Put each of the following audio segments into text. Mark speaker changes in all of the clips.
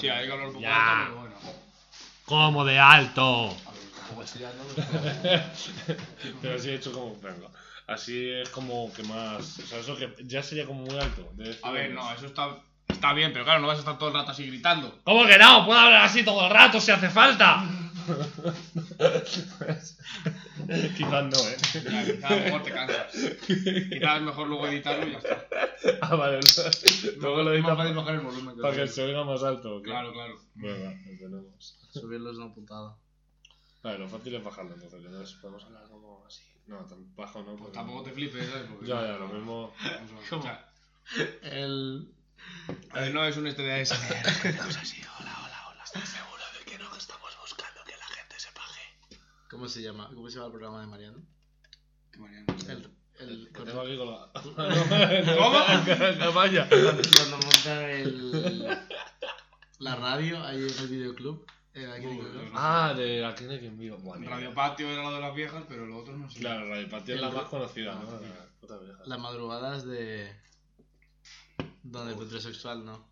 Speaker 1: Sí, hay que hablar un poco
Speaker 2: Ya.
Speaker 1: alto, pero bueno.
Speaker 2: ¡Como de alto!
Speaker 1: A ver, tampoco estoy dando los juegos.
Speaker 3: Pero así he hecho como venga. Así es como que más. O sea, eso que ya sería como muy alto. de decir,
Speaker 1: A ver,
Speaker 3: venga.
Speaker 1: no, eso está, está bien, pero claro, no vas a estar todo el rato así gritando.
Speaker 2: ¿Cómo que no? Puedo hablar así todo el rato si hace falta.
Speaker 3: Quizás no, eh.
Speaker 1: Ya, quizás a lo mejor te cansas. Quizás es mejor luego editarlo y ya está.
Speaker 3: Ah, vale. Luego lo
Speaker 1: Más
Speaker 3: edita
Speaker 1: fácil
Speaker 3: para
Speaker 1: bajar el volumen. que
Speaker 3: para que
Speaker 1: subir.
Speaker 3: se oiga más alto. ¿ok?
Speaker 1: Claro, claro.
Speaker 3: Venga, lo tenemos.
Speaker 4: Subirlo es una putada.
Speaker 3: Vale, lo fácil es bajarlo entonces. que Entonces podemos hablar como así. No, tan bajo no.
Speaker 1: Pues
Speaker 3: porque-
Speaker 1: tampoco te flipes, ¿sabes? Porque-
Speaker 3: Ya, ya, lo mismo.
Speaker 1: Vamos a
Speaker 4: ¿Cómo?
Speaker 1: escuchar.
Speaker 4: El.
Speaker 1: A ver, no es un este de ese.
Speaker 4: ¿Cómo se llama? ¿Cómo se llama el programa de Mariano?
Speaker 1: Qué mariano.
Speaker 4: El. el
Speaker 3: Lo
Speaker 4: cuando,
Speaker 3: tengo aquí colgado.
Speaker 1: ¿Cómo?
Speaker 3: Vaya.
Speaker 4: cuando montan el. La radio ahí en el videoclub. eh, aquí en
Speaker 1: Uy,
Speaker 4: el-
Speaker 1: no.
Speaker 3: Ah, de la que en vivo. Bueno,
Speaker 1: Radio Patio era lo de las viejas, pero lo otro no sé.
Speaker 3: Claro, Radio Patio es la
Speaker 4: El-
Speaker 3: más conocida, ¿no?
Speaker 1: Ah,
Speaker 3: La puta vieja.
Speaker 4: Las madrugadas de. Donde el heterosexual, ¿no?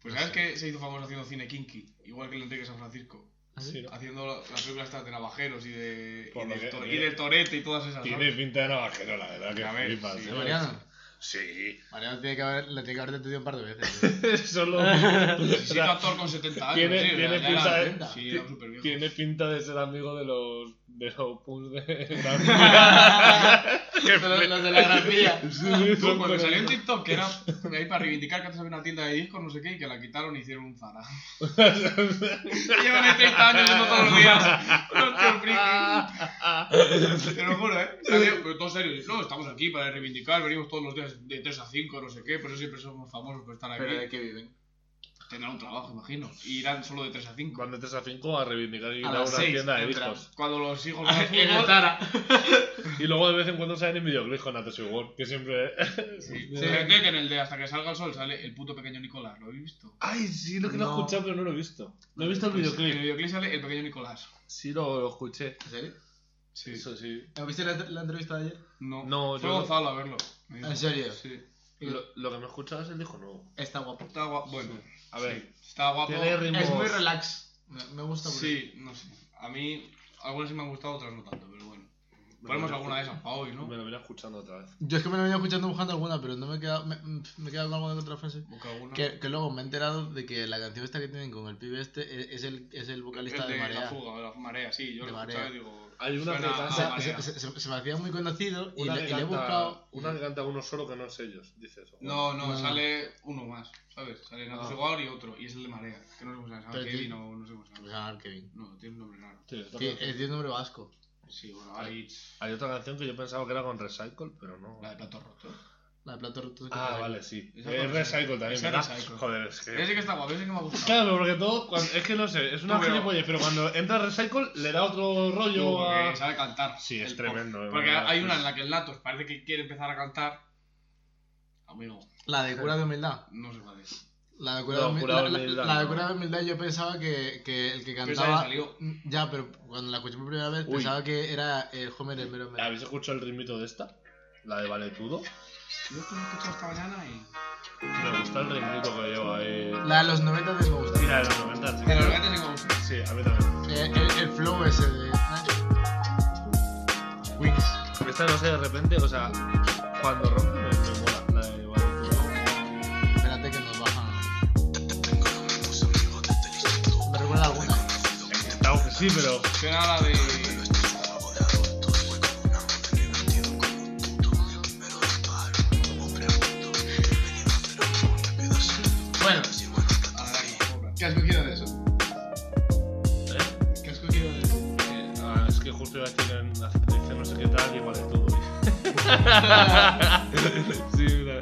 Speaker 1: Pues
Speaker 4: No
Speaker 1: sabes
Speaker 4: sé.
Speaker 1: que se hizo famoso haciendo cine kinky, igual que el Enrique San Francisco.
Speaker 3: ¿Ah, Sí, ¿no?
Speaker 1: Haciendo la- las películas estas de navajeros y de.
Speaker 3: Por
Speaker 1: y
Speaker 3: lo
Speaker 1: del
Speaker 3: que-
Speaker 1: Tor-
Speaker 3: mira.
Speaker 1: y del Torete y todas esas.
Speaker 3: Tiene
Speaker 1: ¿sabes?
Speaker 3: pinta de navajero, la verdad, que
Speaker 1: A ver,
Speaker 3: flipas.
Speaker 1: sí.
Speaker 4: ¿De
Speaker 3: ¿eh?
Speaker 4: Mariano?
Speaker 3: Sí.
Speaker 4: Mariano tiene que haber, le tiene que haber detenido un par de veces. ¿eh?
Speaker 3: Solo
Speaker 1: Sí, sí, actor con 70 años.
Speaker 3: tiene-
Speaker 1: sí, o sea,
Speaker 3: tiene
Speaker 1: ya
Speaker 3: pinta
Speaker 1: era-
Speaker 3: de-
Speaker 1: treinta. Sí, era súper viejo.
Speaker 3: tiene pinta de ser amigo de los de los puns de
Speaker 4: Los de- los de la grafía.
Speaker 3: Sí,
Speaker 1: Tú, cuando
Speaker 3: son cosas-
Speaker 1: Pues salió en TikTok, que era de ahí para reivindicar que antes había una tienda de discos, no sé qué, y que la quitaron y hicieron un Zara. Llevan ahí 30 años yendo todos los días. Hostia, un friki. Te lo juro, ¿eh? Salió, pero todo serio. No, estamos aquí para reivindicar, venimos todos los días de 3 a 5, no sé qué, por eso siempre somos famosos por estar aquí.
Speaker 3: eh,
Speaker 4: Pero de qué viven.
Speaker 1: Tendrán un trabajo, imagino. Y irán solo de 3 a 5.
Speaker 3: Van de 3 a 5 a reivindicar y
Speaker 4: A
Speaker 3: a una
Speaker 4: las seis,
Speaker 3: tienda de
Speaker 4: entran.
Speaker 3: discos.
Speaker 1: Cuando los hijos van al
Speaker 4: Ah, En el
Speaker 1: fútbol,
Speaker 4: Zara.
Speaker 3: Y luego de vez en cuando salen en videoclips con Atesu World, que siempre.
Speaker 1: Sí, fíjate que en el de Hasta que salga el sol sale el puto pequeño Nicolás, ¿lo habéis visto?
Speaker 3: Ay, sí, lo que lo he
Speaker 4: No.
Speaker 3: escuchado, pero no lo he visto. No he visto el
Speaker 1: En el
Speaker 3: videoclip.
Speaker 1: videoclip sale el pequeño Nicolás.
Speaker 3: Sí, lo, lo escuché.
Speaker 4: ¿En serio?
Speaker 1: Sí.
Speaker 3: Eso sí.
Speaker 4: ¿Has visto la, la entrevista de ayer?
Speaker 1: No,
Speaker 3: No,
Speaker 1: fue
Speaker 3: yo-
Speaker 1: Gonzalo a verlo. me dijo.
Speaker 4: ¿En serio?
Speaker 1: Sí.
Speaker 3: Lo, lo que me he escuchado es el disco nuevo.
Speaker 4: Está guapo.
Speaker 1: Está guapo. Bueno,
Speaker 3: A ver,
Speaker 1: sí, Está guapo.
Speaker 3: tiene ritmo.
Speaker 4: Es muy relax. Me, me gusta mucho.
Speaker 1: Sí, no sé. A mí, algunas sí me han gustado, otras no tanto, pero bueno. Ponemos
Speaker 3: Me lo-
Speaker 1: alguna de esas para hoy, ¿no?
Speaker 3: Me lo venía escuchando otra vez.
Speaker 4: Yo es que me lo venía escuchando buscando alguna, pero no me he quedado, me, me he quedado con alguna que otra frase.
Speaker 1: Busca alguna.
Speaker 4: Que, que luego me he enterado de que la canción esta que tienen con el pibe este e- es, el, es el vocalista
Speaker 1: El
Speaker 4: de,
Speaker 1: de
Speaker 4: Marea.
Speaker 1: la fuga, de la marea, sí. Yo
Speaker 4: De
Speaker 1: lo
Speaker 4: Marea.
Speaker 1: escuchaba y digo.
Speaker 3: Hay una
Speaker 1: suena
Speaker 3: que
Speaker 1: a
Speaker 4: O sea,
Speaker 1: Ah, Marea.
Speaker 4: se, se- se me hacía muy conocido y
Speaker 3: Una,
Speaker 4: le,
Speaker 3: que
Speaker 4: y le he
Speaker 3: canta,
Speaker 4: buscado.
Speaker 3: una que canta uno solo que no es ellos, dices. o-
Speaker 1: No, no,
Speaker 4: No.
Speaker 1: sale uno más, ¿sabes? Sale Nato
Speaker 4: Ah.
Speaker 1: Seguador y otro, y es el de Marea. Que no sé cómo se llama,
Speaker 4: Pero
Speaker 1: Kevin
Speaker 4: tiene-
Speaker 1: o no sé cómo se
Speaker 4: Que me
Speaker 1: llama.
Speaker 4: llama Pues Kevin.
Speaker 1: No, tiene un nombre raro.
Speaker 3: Sí, otra
Speaker 4: Tiene-
Speaker 3: canción.
Speaker 4: es de un nombre vasco.
Speaker 1: Sí, bueno, ahí.
Speaker 3: Hay otra canción que yo pensaba que era con Recycle, pero no.
Speaker 1: La de plato roto.
Speaker 4: La de plato roto.
Speaker 3: Ah, vale, sí.
Speaker 1: Esa
Speaker 3: es
Speaker 1: con
Speaker 3: Recycle también,
Speaker 1: Esa
Speaker 3: ¿verdad?
Speaker 1: Recycle.
Speaker 3: Joder, es
Speaker 1: Ese
Speaker 3: que.
Speaker 1: sí que está guapo, ese sí que me ha gustado.
Speaker 3: Claro, porque todo. cuando- Es que no sé, es una
Speaker 1: Tú, pero-
Speaker 3: gilipollez, pero cuando entra Recycle le da otro
Speaker 1: Tú,
Speaker 3: rollo
Speaker 1: porque
Speaker 3: a.
Speaker 1: sabe cantar.
Speaker 3: Sí, es
Speaker 1: El
Speaker 3: tremendo,
Speaker 1: pop.
Speaker 3: de
Speaker 1: Porque
Speaker 3: verdad,
Speaker 1: hay
Speaker 3: sí.
Speaker 1: una en la que el Natos parece que quiere empezar a cantar. Amigo,
Speaker 4: La de cura de humildad.
Speaker 1: no sé cuál es.
Speaker 4: La de cura,
Speaker 3: No,
Speaker 4: de, humildad,
Speaker 3: cura de
Speaker 4: la- la-
Speaker 3: humildad,
Speaker 4: la de
Speaker 3: no.
Speaker 4: cura de humildad yo pensaba que, que el que
Speaker 1: Pero esa ya
Speaker 4: cantaba.
Speaker 1: salió.
Speaker 4: Ya, pero cuando la escuché por primera vez
Speaker 3: Uy.
Speaker 4: pensaba que era eh, Homer el mero mero.
Speaker 3: ¿Habéis escuchado el ritmito de esta? La de Valetudo.
Speaker 1: Yo esto lo he escuchado esta mañana y.
Speaker 3: Me gusta el ritmito que lleva ahí.
Speaker 4: La de los 90 también me gusta.
Speaker 3: Mira, de los 90, sí.
Speaker 1: Pero la verdad es que me gusta.
Speaker 3: Sí, a mí también.
Speaker 4: Eh, el, el flow ese de. eh. Wings.
Speaker 3: Esta no sé, de repente, o sea, cuando rompe me, me mola la de Valetudo.
Speaker 4: Espérate que nos bajan. Me recuerda a alguna.
Speaker 3: Es que está- Sí, pero.
Speaker 1: Suena la de.
Speaker 4: Bueno,
Speaker 1: a la de la cobra.
Speaker 4: ¿qué has cogido de eso?
Speaker 3: ¿eh?
Speaker 4: ¿Qué has cogido de eso?
Speaker 3: Eh, ah, es que justo iba a decir en la dice no sé qué tal y vale todo. sí, mira.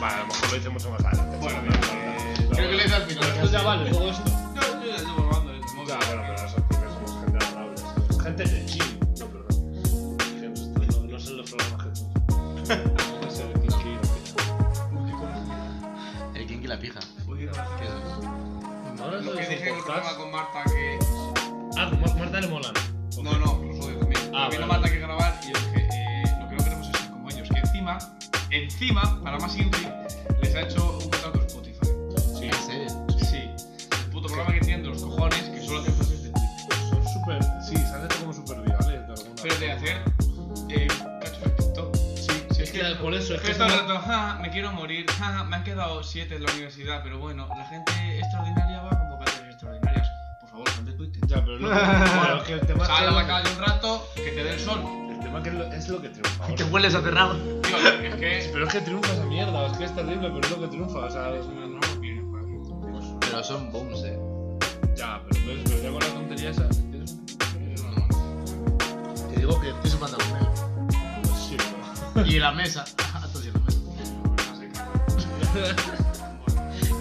Speaker 3: Vale, a lo mejor lo hice mucho más Eh, adelante.
Speaker 1: Bueno,
Speaker 3: mira,
Speaker 4: Creo que le hice al final.
Speaker 3: Esto ya vale, todo esto.
Speaker 1: Yo, yo ya eh, llevo grabando desde el móvil.
Speaker 3: Ya, bueno, pero eso porque somos gente agradable. ¿sabes? Gente de chill. No, perdón. Que no estoy- No, no son los programas que No sé, de chill.
Speaker 4: El King y la pija.
Speaker 1: Uy,
Speaker 4: ¿Qué es eso?
Speaker 1: Lo
Speaker 3: Ahora
Speaker 1: que
Speaker 3: es un
Speaker 1: dije en el
Speaker 3: podcast.
Speaker 1: programa con Marta que.
Speaker 3: Ah, como a Marta le molan.
Speaker 1: No, no, los odio también.
Speaker 3: Ah,
Speaker 1: Ah, vino
Speaker 3: vale.
Speaker 1: Marta que grabar y yo dije, eh, lo que no queremos es ser como ellos. Que encima Encima, para más simple, les ha hecho un contrato Spotify.
Speaker 3: Sí,
Speaker 4: En serio.
Speaker 1: Sí. El puto programa que tienen de los cojones que solo hacen frases de tipo.
Speaker 3: son súper. Sí, se han hecho como súper virales de alguna
Speaker 1: Pero de hacer eh, cachos en TikTok. Sí, sí, es que.
Speaker 4: Claro, por eso, es que
Speaker 1: Estoy todo el
Speaker 4: es
Speaker 1: rato, "Ja, me quiero morir, ja, ja, me han quedado siete en la universidad, pero bueno, la gente extraordinaria va a convocatorias extraordinarias. Por favor, gente Twitter.
Speaker 3: Ya, pero, no, pero es que el tema es
Speaker 1: Sal a la
Speaker 3: que,
Speaker 1: calle un rato, que te dé el sol.
Speaker 3: el tema que es lo- es lo que triunfa. ahora.
Speaker 4: Te hueles a cerrado.
Speaker 1: Tío, es que.
Speaker 3: Pero es que triunfa esa mierda, es que es terrible, pero es lo que triunfa, o sea, es-
Speaker 1: No, mira, joder.
Speaker 4: Pero son booms, eh.
Speaker 3: Ya, pero ves, pero ya con la tontería esa, ¿tienes un- tienes un-
Speaker 4: Te digo que estoy sumando con él.
Speaker 3: Pues sí, pero-
Speaker 4: Y la mesa. Esto sí, la mesa.
Speaker 1: Da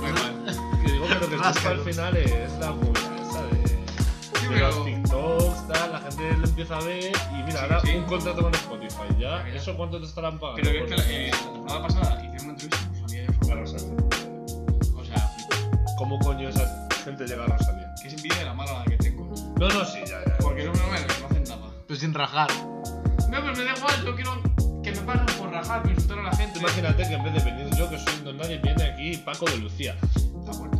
Speaker 1: igual.
Speaker 3: Que digo que lo que triunfa al final es la publicidad esa de...
Speaker 1: Sí,
Speaker 3: de
Speaker 1: pero-
Speaker 3: los TikToks, tal, la gente lo empieza a ver y mira, ahora
Speaker 1: sí.
Speaker 3: un contrato con Spotify, ya,
Speaker 1: Ya.
Speaker 3: ¿eso cuánto te estarán pagando?
Speaker 1: Pero que es
Speaker 3: Por-
Speaker 1: que la, eh, la temporada pasada hicieron una entrevista con Rosalía de
Speaker 3: Bueno,
Speaker 1: Formaros. O
Speaker 3: o sea,
Speaker 1: sea,
Speaker 3: ¿Cómo coño esa gente llega a Rosalía?
Speaker 1: que es envidia de la mala que tengo.
Speaker 3: No, no, sí, ya, ya.
Speaker 1: Porque no me lo que no hacen nada.
Speaker 4: Pero sin rajar.
Speaker 1: No, pero me da igual, yo quiero que me paguen por rajar, por insultar a la gente.
Speaker 3: Imagínate que en vez de venir yo, que soy un don nadie, viene aquí Paco de Lucía.
Speaker 1: Está muerto.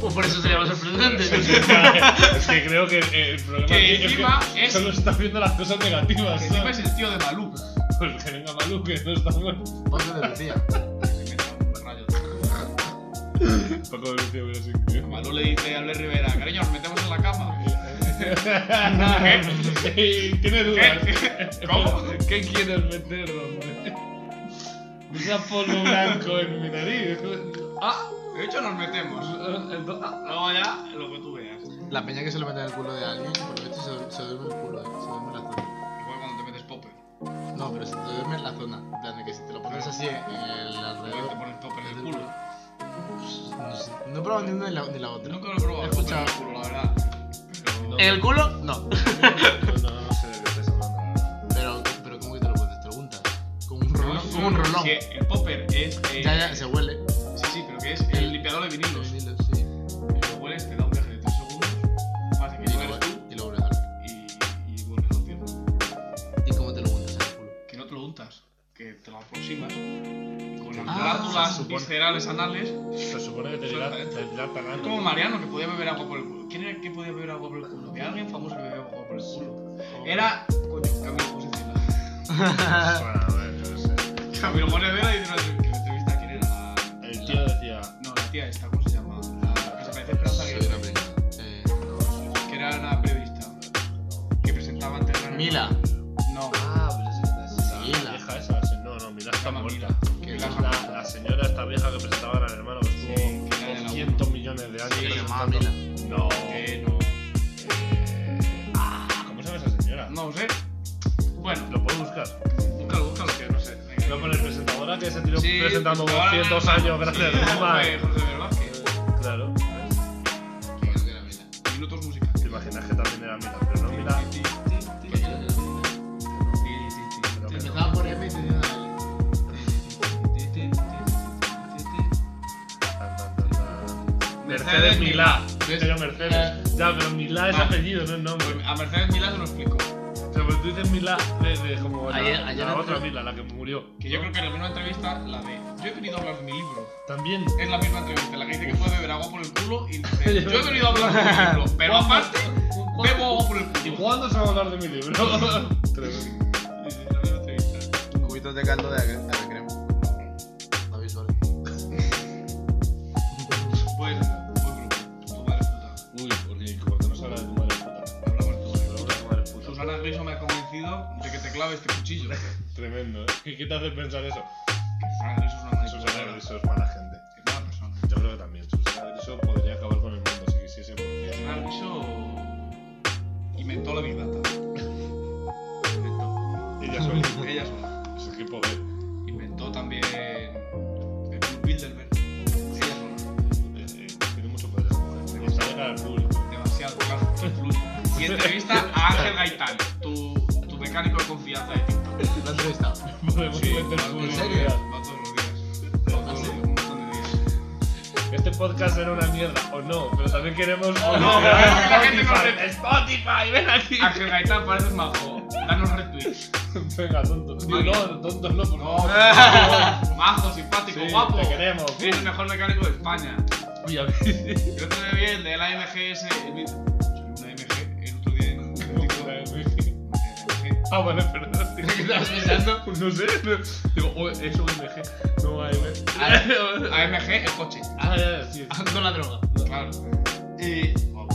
Speaker 4: Pues por eso sería más sorprendente.
Speaker 3: es que creo que el problema
Speaker 1: Que
Speaker 3: aquí
Speaker 1: encima
Speaker 3: es que
Speaker 1: es-
Speaker 3: solo está viendo las cosas negativas.
Speaker 1: Que encima
Speaker 3: ¿sabes?
Speaker 1: es el tío de Malú.
Speaker 3: Pues que venga Malú, que no está bueno.
Speaker 4: Ponte de Lucía.
Speaker 1: Que se meta un rayo.
Speaker 3: Paco de Lucía hubiera sido increíble.
Speaker 1: Malú le dice a Luis Rivera, cariño, nos metemos en la cama.
Speaker 3: Y Tiene dudas.
Speaker 1: ¿Qué? eh. ¿Cómo?
Speaker 3: ¿Qué quieres meter, hombre? Usa polvo blanco en mi nariz. Ah,
Speaker 1: De hecho, nos metemos.
Speaker 3: ento- ah.
Speaker 1: Luego ya, lo que tú veas. Igual
Speaker 4: La peña que se le mete en el culo de alguien, por lo visto se, du- se duerme el culo, eh. se duerme la zona.
Speaker 1: cuando te metes popper.
Speaker 4: No, pero se te duerme la zona. En plan de que si te lo pones así en el
Speaker 1: Luego te
Speaker 4: alrededor. pues,
Speaker 1: pones popper en el culo.
Speaker 4: No, sé, no he probado ni una ni la, ni la otra.
Speaker 1: Nunca lo he probado,
Speaker 4: He
Speaker 1: popper en
Speaker 4: escuchado.
Speaker 1: el culo, la verdad. Pero-
Speaker 4: ¿En el culo? No.
Speaker 3: No, no, no sé de qué estás hablando.
Speaker 4: Pero, pero ¿cómo que te lo pones? Te lo untas. Como un
Speaker 1: No,
Speaker 4: rolón. Como un rolón.
Speaker 1: si el popper es. eh,
Speaker 4: Ya, ya, se huele.
Speaker 1: Sí, sí, pero que es el limpiador
Speaker 4: Los
Speaker 1: de vinilos.
Speaker 4: vinilos, sí.
Speaker 1: Y lo hueles, te da un viaje de 3 segundos. Pasa que
Speaker 4: Y
Speaker 1: llegas
Speaker 4: luego,
Speaker 1: tú
Speaker 4: y luego le sale.
Speaker 1: y, y vuelves a hacer.
Speaker 4: ¿Y cómo te lo untas en el culo?
Speaker 1: Que no te lo untas, que te lo aproximas. Con las
Speaker 4: Ah,
Speaker 1: glándulas
Speaker 3: se supone.
Speaker 1: viscerales anales.
Speaker 3: Se supone que te dirá
Speaker 1: Suelta,
Speaker 3: te dirá
Speaker 1: Es
Speaker 3: pagando.
Speaker 1: como Mariano que podía beber agua por el culo. ¿Quién era el que podía beber agua por el culo? Había alguien famoso que bebía agua por el culo. Era. Coño, Camilo José Cela.
Speaker 3: Bueno, a ver, yo no sé.
Speaker 1: Camilo José Cela dice una que en la entrevista quién era la.
Speaker 3: El tío decía.
Speaker 1: No, la tía esta, ¿cómo se llama? La que se parece a Esperanza
Speaker 4: Soy una
Speaker 1: Aguirre,
Speaker 4: peña. Eh,
Speaker 1: que era una periodista que presentaba antes. la-
Speaker 4: Mila.
Speaker 1: No.
Speaker 3: Ah, pero es
Speaker 4: Sí,
Speaker 3: esa.
Speaker 4: la-
Speaker 3: La vieja esa, la se- no, no, mira, está
Speaker 1: llama
Speaker 3: muerta.
Speaker 1: Mila.
Speaker 4: Que
Speaker 1: Que
Speaker 4: la-
Speaker 1: la
Speaker 3: La, la señora esta vieja que presentaba al hermano que
Speaker 1: Sí,
Speaker 3: estuvo
Speaker 1: que era de la
Speaker 3: 200 millones de años.
Speaker 1: Sí,
Speaker 4: Se llamaba
Speaker 3: presentando-
Speaker 4: Mila.
Speaker 3: No.
Speaker 1: Que no.
Speaker 3: Eh, ah, ¿Cómo se llama esa señora?
Speaker 1: No sé. Bueno,
Speaker 3: ¿Lo puedo buscar?
Speaker 1: búscalo, búscalo.
Speaker 3: Que no sé.
Speaker 1: Venga.
Speaker 3: Voy a poner presentadora que se tiró
Speaker 1: Sí,
Speaker 3: presentando
Speaker 1: pues ahora-
Speaker 3: 200 años gracias
Speaker 1: Sí,
Speaker 3: a
Speaker 1: José- José Miguel
Speaker 3: Eh,
Speaker 1: Vázquez.
Speaker 3: Claro.
Speaker 4: que creo que era Mila.
Speaker 1: Minutos musicales.
Speaker 3: Te imaginas que también era Mila, pero no Mila.
Speaker 1: Ti, ti, ti,
Speaker 4: Que
Speaker 1: ti,
Speaker 4: creo que era Mila.
Speaker 1: ti, ti,
Speaker 3: Pero
Speaker 1: ti,
Speaker 3: que no.
Speaker 4: Empezaba por M y tenía una L.
Speaker 1: ti, ti, ti, ti, ti.
Speaker 3: Tan, tan, tan, tan.
Speaker 1: Mercedes
Speaker 3: Mercedes Milá.
Speaker 4: ¿Ves?
Speaker 3: Pero Mercedes. Ya, pero Milá es
Speaker 1: Ah.
Speaker 3: apellido, no es nombre.
Speaker 1: Pues A Mercedes Milá se lo explico.
Speaker 3: O sea, pues tú dices Milá de, de como la,
Speaker 4: Ayer- ayer
Speaker 3: la
Speaker 4: entré-
Speaker 3: otra Milá, la que murió.
Speaker 1: Que yo creo que en la misma entrevista, la de. Yo he venido a hablar de mi libro.
Speaker 3: También.
Speaker 1: Es la misma entrevista, la que dice que puede beber agua por el culo y dice, Yo he venido a hablar de mi libro, pero aparte, bebo agua por el
Speaker 3: ¿Y
Speaker 1: culo.
Speaker 3: cuándo se va a hablar de mi libro? Tremendo.
Speaker 1: Sí, sí, la misma entrevista.
Speaker 4: Cubitos de caldo de, de recreo. David Suárez.
Speaker 1: Pues, pues, grupo. Tu madre puta.
Speaker 3: Uy, porque porque no se habla de tu madre puta.
Speaker 1: Hablamos tú.
Speaker 3: Pero habla de tu madre puta.
Speaker 1: Susana Griso me ha convencido de que te clave este cuchillo.
Speaker 3: Tremendo, ¿eh? ¿Qué- ¿Qué te hace pensar eso?
Speaker 1: Susana Griso es una
Speaker 3: Susana
Speaker 1: manipuladora. Es
Speaker 3: Griso es mala gente.
Speaker 1: mala persona.
Speaker 3: Yo creo que también. Susana Griso podría acabar con el mundo si quisiese. porque-
Speaker 1: Susana Griso inventó la Big Data. Inventó.
Speaker 3: Ella sola.
Speaker 1: Ella sola.
Speaker 3: Es el equipo de.
Speaker 1: Inventó también el Club Bilderberg. Ella sola.
Speaker 3: eh, Tiene mucho poder esa mujer. Y sale cara al público.
Speaker 1: Demasiado, claro, que influye. Y entrevista a Ángel Gaitán, tu, tu mecánico de confianza de TikTok.
Speaker 4: La entrevista.
Speaker 3: Podemos
Speaker 1: Sí,
Speaker 3: meter
Speaker 1: va todos los
Speaker 3: publicidad.
Speaker 1: días. Va todos los días. Va todos los días, un montón de días.
Speaker 3: Eh, que este podcast era una mierda o no, pero también queremos. O
Speaker 1: no, pero queremos que la gente nos
Speaker 3: Spotify, Spotify, ven aquí.
Speaker 1: Ángel Gaitán, pareces majo. Danos retweets.
Speaker 3: Venga, tontos. Digo, no, tontos no, por
Speaker 1: No,
Speaker 3: favor.
Speaker 1: majo, simpático,
Speaker 3: Sí,
Speaker 1: guapo.
Speaker 3: Te queremos.
Speaker 1: Eres el mejor mecánico de España.
Speaker 3: Uy, a ver.
Speaker 1: Yo te vi el de la AMG ese. El, vi- una AMG, el otro día en un TikTok. AMG.
Speaker 3: Ah, bueno, perdón. tío.
Speaker 4: ¿Qué estabas pensando?
Speaker 3: No sé. no. Digo, oh, es OMG, no AMG.
Speaker 1: AMG, el coche.
Speaker 3: Ah, ya, ya, sí.
Speaker 4: Con la droga.
Speaker 1: Claro. Y. Guapo.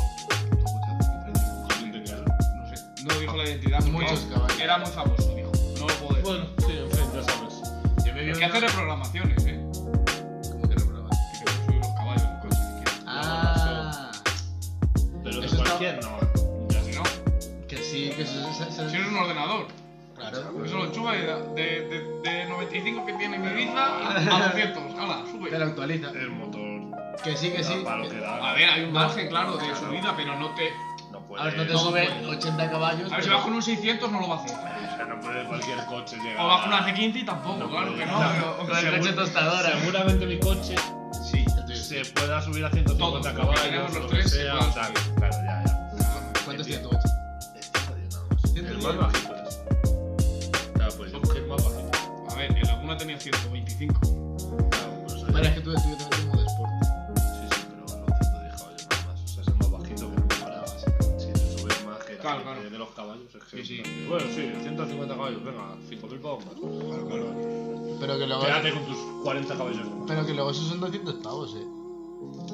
Speaker 1: No sé. No dijo la identidad. porque
Speaker 4: Muchos caballos.
Speaker 1: Era muy famoso, dijo. No lo puedo decir.
Speaker 3: Bueno, sí, en fin, ya sabes.
Speaker 4: Yo me vi
Speaker 1: Es que
Speaker 4: una-
Speaker 1: hace reprogramaciones, eh.
Speaker 4: ¿Cómo que reprobaba?
Speaker 1: Que no soy los caballos, el coche. que-
Speaker 4: Ah,
Speaker 3: Pero de
Speaker 4: Eso está-
Speaker 3: cualquier no. Ya
Speaker 1: Si
Speaker 3: sé.
Speaker 1: no,
Speaker 4: que sí, que eso es.
Speaker 1: si eres un ordenador.
Speaker 4: Claro.
Speaker 1: Eso lo enchufa y da- de, de, de 95 que tiene mi vida a 200. Hala,
Speaker 4: Te lo
Speaker 1: sube.
Speaker 4: actualiza.
Speaker 3: El motor
Speaker 4: Que sí, que
Speaker 3: da
Speaker 4: sí.
Speaker 3: palo que da.
Speaker 1: A ver, hay un margen, claro, de
Speaker 3: Claro.
Speaker 1: subida, pero no te.
Speaker 3: No puede.
Speaker 4: A ver, no te
Speaker 3: no
Speaker 4: sube
Speaker 3: puede.
Speaker 4: 80 caballos.
Speaker 1: A ver, si
Speaker 4: pero-
Speaker 1: vas con un 600 no lo va a hacer.
Speaker 3: O sea, no puede cualquier coche llegar.
Speaker 1: O vas con
Speaker 3: a-
Speaker 1: una C15 y tampoco, claro que no,
Speaker 3: No,
Speaker 1: pero.
Speaker 4: Con el
Speaker 3: Seguro-
Speaker 4: coche tostadora.
Speaker 3: Seguramente mi coche
Speaker 4: Sí, entonces,
Speaker 3: se pueda subir a 150
Speaker 1: Todos,
Speaker 3: caballos.
Speaker 1: tenemos los
Speaker 3: lo que
Speaker 1: tres,
Speaker 3: sea,
Speaker 1: igual.
Speaker 3: tal. Claro, ya, ya.
Speaker 4: ¿Cuántos
Speaker 3: bien.
Speaker 4: tiene tu coche?
Speaker 3: El
Speaker 4: 110.
Speaker 3: más bajito es. Claro, pues yo cogí el más bajito.
Speaker 1: A ver, en alguna tenía 125.
Speaker 3: Claro, pues,
Speaker 4: Vale, es que tú estuviste en modo sport.
Speaker 3: Sí, sí, pero al otro te dejaba yo nada más. O sea, es el más bajito que no me paraba. Si te subes más que la
Speaker 1: Claro,
Speaker 3: gente
Speaker 1: claro.
Speaker 3: de los caballos, es que.
Speaker 1: Sí,
Speaker 3: Bueno, sí, 150 caballos, venga, 5.000 pavos más. Claro, claro.
Speaker 4: Pero que luego.
Speaker 3: Quédate con tus 40 caballos de más.
Speaker 4: Pero que luego esos son 200 pavos, eh.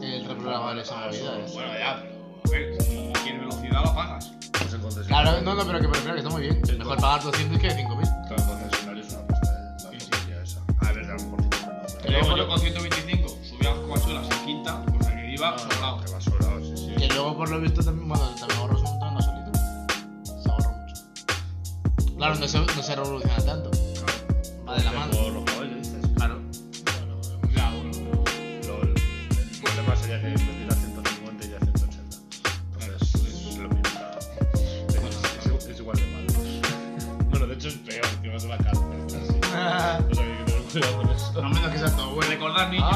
Speaker 4: El reprogramar esa
Speaker 3: Ah, eso,
Speaker 4: movida, eh.
Speaker 1: Bueno, ya, pero. A ver, si quieres velocidad la pagas.
Speaker 3: Pues en concesionario.
Speaker 4: Claro, no, no, pero que prefiero que está muy bien.
Speaker 3: Sí,
Speaker 4: Mejor
Speaker 3: bueno.
Speaker 4: pagar 200 que 5000.
Speaker 3: Claro, en concesionario es una apuesta, eh. La
Speaker 1: Sí, sí.
Speaker 3: tontería esa. A ver, a lo mejor sí, no, pero-
Speaker 1: Pero luego yo con 125 subía las 4 de las 5, o sea que iba sobrado.
Speaker 3: Ah, Que va sobrado, sí, sí.
Speaker 4: Que luego, por lo visto, también, bueno, también ahorras un montón en gasolina. Se ahorra mucho. Claro, no se, no se revoluciona tanto. Va de la
Speaker 3: Te
Speaker 4: mano.
Speaker 3: puedo los caballos, dices.
Speaker 4: Claro.
Speaker 3: Bueno,
Speaker 1: Ya, bueno.
Speaker 3: LOL. El problema sería que invertir a 150 y a 180. Entonces, es lo mismo. Es, es igual de malo. Bueno, de hecho es peor que vas a la cárcel. Así. O sea, que hay que tener cuidado con eso.
Speaker 4: No menos que sea tu abuelo.
Speaker 1: Recordad, niños.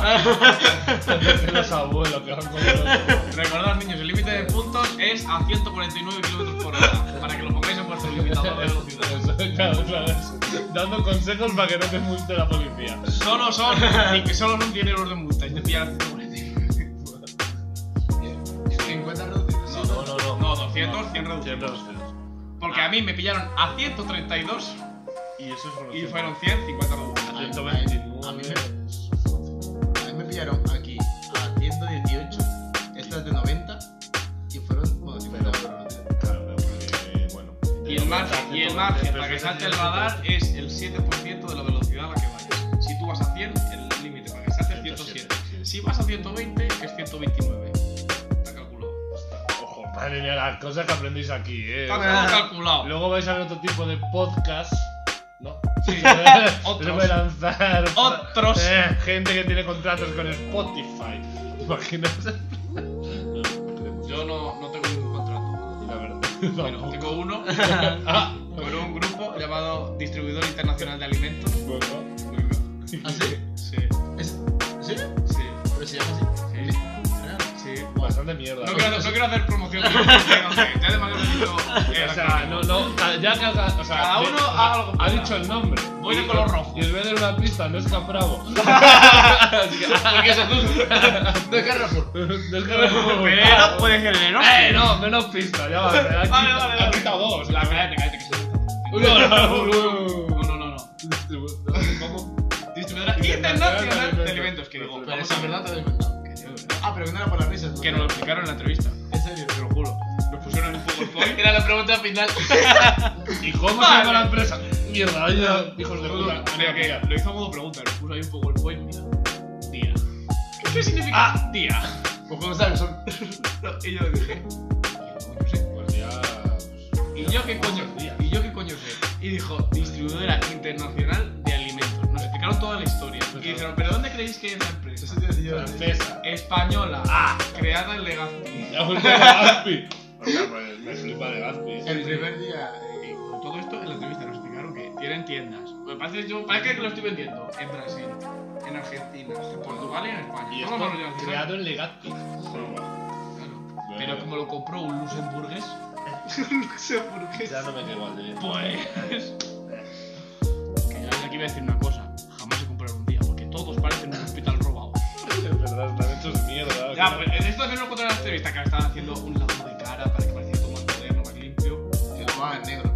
Speaker 3: Los abuelos que van con los-
Speaker 1: Recordad, niños, el límite de puntos es a 149 km por hora. Para que lo pongáis en vuestro limitador de velocidad.
Speaker 3: Eso, Claro, claro. eso. Dando consejos para que no te multe la policía.
Speaker 1: Solo son, y que solo son 10 euros de multa. Y te pillan a 145.
Speaker 4: 50 reducidos.
Speaker 1: No, no, no, no. No, 200, 100 reducidos.
Speaker 3: 100 reducidos.
Speaker 1: Porque a mí me pillaron a 132
Speaker 3: Y eso fueron
Speaker 1: y
Speaker 3: 100.
Speaker 1: fueron 100, 50 reducidos.
Speaker 3: A 129.
Speaker 4: A mí A mí me pillaron aquí a 118, estas de 90 y fueron, bueno, 50 euros. ¿no?
Speaker 3: Claro, porque, bueno.
Speaker 1: Y el margen, y el margen para que salte el radar es el 7% de la velocidad a la que vayas. Si tú vas a 100, el límite para que salte es 107. Si vas a 120, es 129. Está calculado.
Speaker 3: Ojo, madre mía, las cosas que aprendéis aquí, eh.
Speaker 1: Está todo calculado.
Speaker 3: Luego vais a ver otro tipo de podcast. ¿No?
Speaker 1: Sí.
Speaker 3: Os voy a lanzar.
Speaker 1: Otros.
Speaker 3: Eh, gente que tiene contratos con Spotify. Imagínate. Y
Speaker 1: Yo no, no tengo ningún contrato.
Speaker 3: la verdad.
Speaker 1: Bueno,
Speaker 3: tampoco.
Speaker 1: tengo uno
Speaker 3: Ah,
Speaker 1: con un grupo llamado Distribuidor Internacional de Alimentos.
Speaker 3: bueno.
Speaker 4: ¿Ah, sí?
Speaker 1: Sí,
Speaker 4: ¿Es, ¿Sí?
Speaker 1: sí,
Speaker 4: Pero se llama así.
Speaker 1: sí.
Speaker 4: Real.
Speaker 1: sí.
Speaker 3: Bastante mierda.
Speaker 1: No quiero, no quiero hacer promoción, pero no sé, ya de mayor digo, eh,
Speaker 3: O sea, no, no, ca- ya cada, o sea,
Speaker 1: Cada uno
Speaker 3: de-
Speaker 1: haga lo que
Speaker 3: Ha
Speaker 1: pueda.
Speaker 3: dicho el nombre.
Speaker 1: Voy de
Speaker 3: Y-
Speaker 1: color rojo.
Speaker 3: Y os voy a dar una pista, no es Capravo.
Speaker 4: Porque es azul. No es Carrefour.
Speaker 3: no es Capravo.
Speaker 1: Pero puede ser el
Speaker 3: Eh, no, menos pista, ya va. Vale,
Speaker 1: Vale, vale, vale.
Speaker 3: Ha quitado dos.
Speaker 1: La cállate, cállate, que se
Speaker 3: Uy, no, no,
Speaker 1: No,
Speaker 3: no, no.
Speaker 1: no, no, no.
Speaker 3: ¿Cómo?
Speaker 1: Distribuidora Internacional de Alimentos, que digo,
Speaker 4: Pero
Speaker 1: vamos
Speaker 4: eso
Speaker 1: a
Speaker 4: es
Speaker 1: ver.
Speaker 4: verdad, te lo he inventado. Ah, pero que no era por las risas. ¿no?
Speaker 1: Que nos lo explicaron en la entrevista,
Speaker 4: En serio.
Speaker 1: te lo juro. Nos pusieron en un PowerPoint.
Speaker 4: Era la pregunta final.
Speaker 3: ¿Y cómo se
Speaker 1: Vale.
Speaker 3: llama la empresa? Mierda, ya, hijos de puta.
Speaker 1: Pero que lo hizo a modo pregunta, nos puso ahí un PowerPoint, mira. Día. ¿Qué significa? Ah, día.
Speaker 4: Pues como sabes, son.
Speaker 1: No, Y yo dije, yo no sé.
Speaker 3: Pues ya.
Speaker 1: ¿Y yo qué coño? ¿Y yo qué coño sé? Y dijo, distribuidora internacional de alimentos. Nos explicaron toda la historia. Y dijeron, ¿pero dónde creéis que es la empresa?
Speaker 4: Eso te decía yo.
Speaker 3: Francesa.
Speaker 1: Española.
Speaker 3: Ah.
Speaker 1: Creada en Legazpi.
Speaker 3: Ya volví a Gaspi. O sea, pues me flipa de Gaspi.
Speaker 4: El primer día. eh,
Speaker 1: Y con todo esto en la entrevista nos explicaron que tienen tiendas. Me parece, yo, parece que lo estoy vendiendo en Brasil, en Argentina, en Portugal y en España.
Speaker 3: Y
Speaker 1: Todo
Speaker 3: esto
Speaker 1: lo llevan tirando.
Speaker 3: creado en Legazpi.
Speaker 1: Claro.
Speaker 3: Bueno.
Speaker 1: Pero como lo compró un luxemburgués. un luxemburgués.
Speaker 3: Ya no me quedo al de
Speaker 1: Pues. Que ya aquí voy a decir una cosa. Jamás se compraron un día, porque todos parecen un hospital robado.
Speaker 3: Es verdad, están hechos mierda.
Speaker 1: Ya, pues en esto también lo conté en la entrevista que me estaban haciendo un lavado de cara para que pareciera todo más moderno, más limpio.
Speaker 4: Que lo van en negro.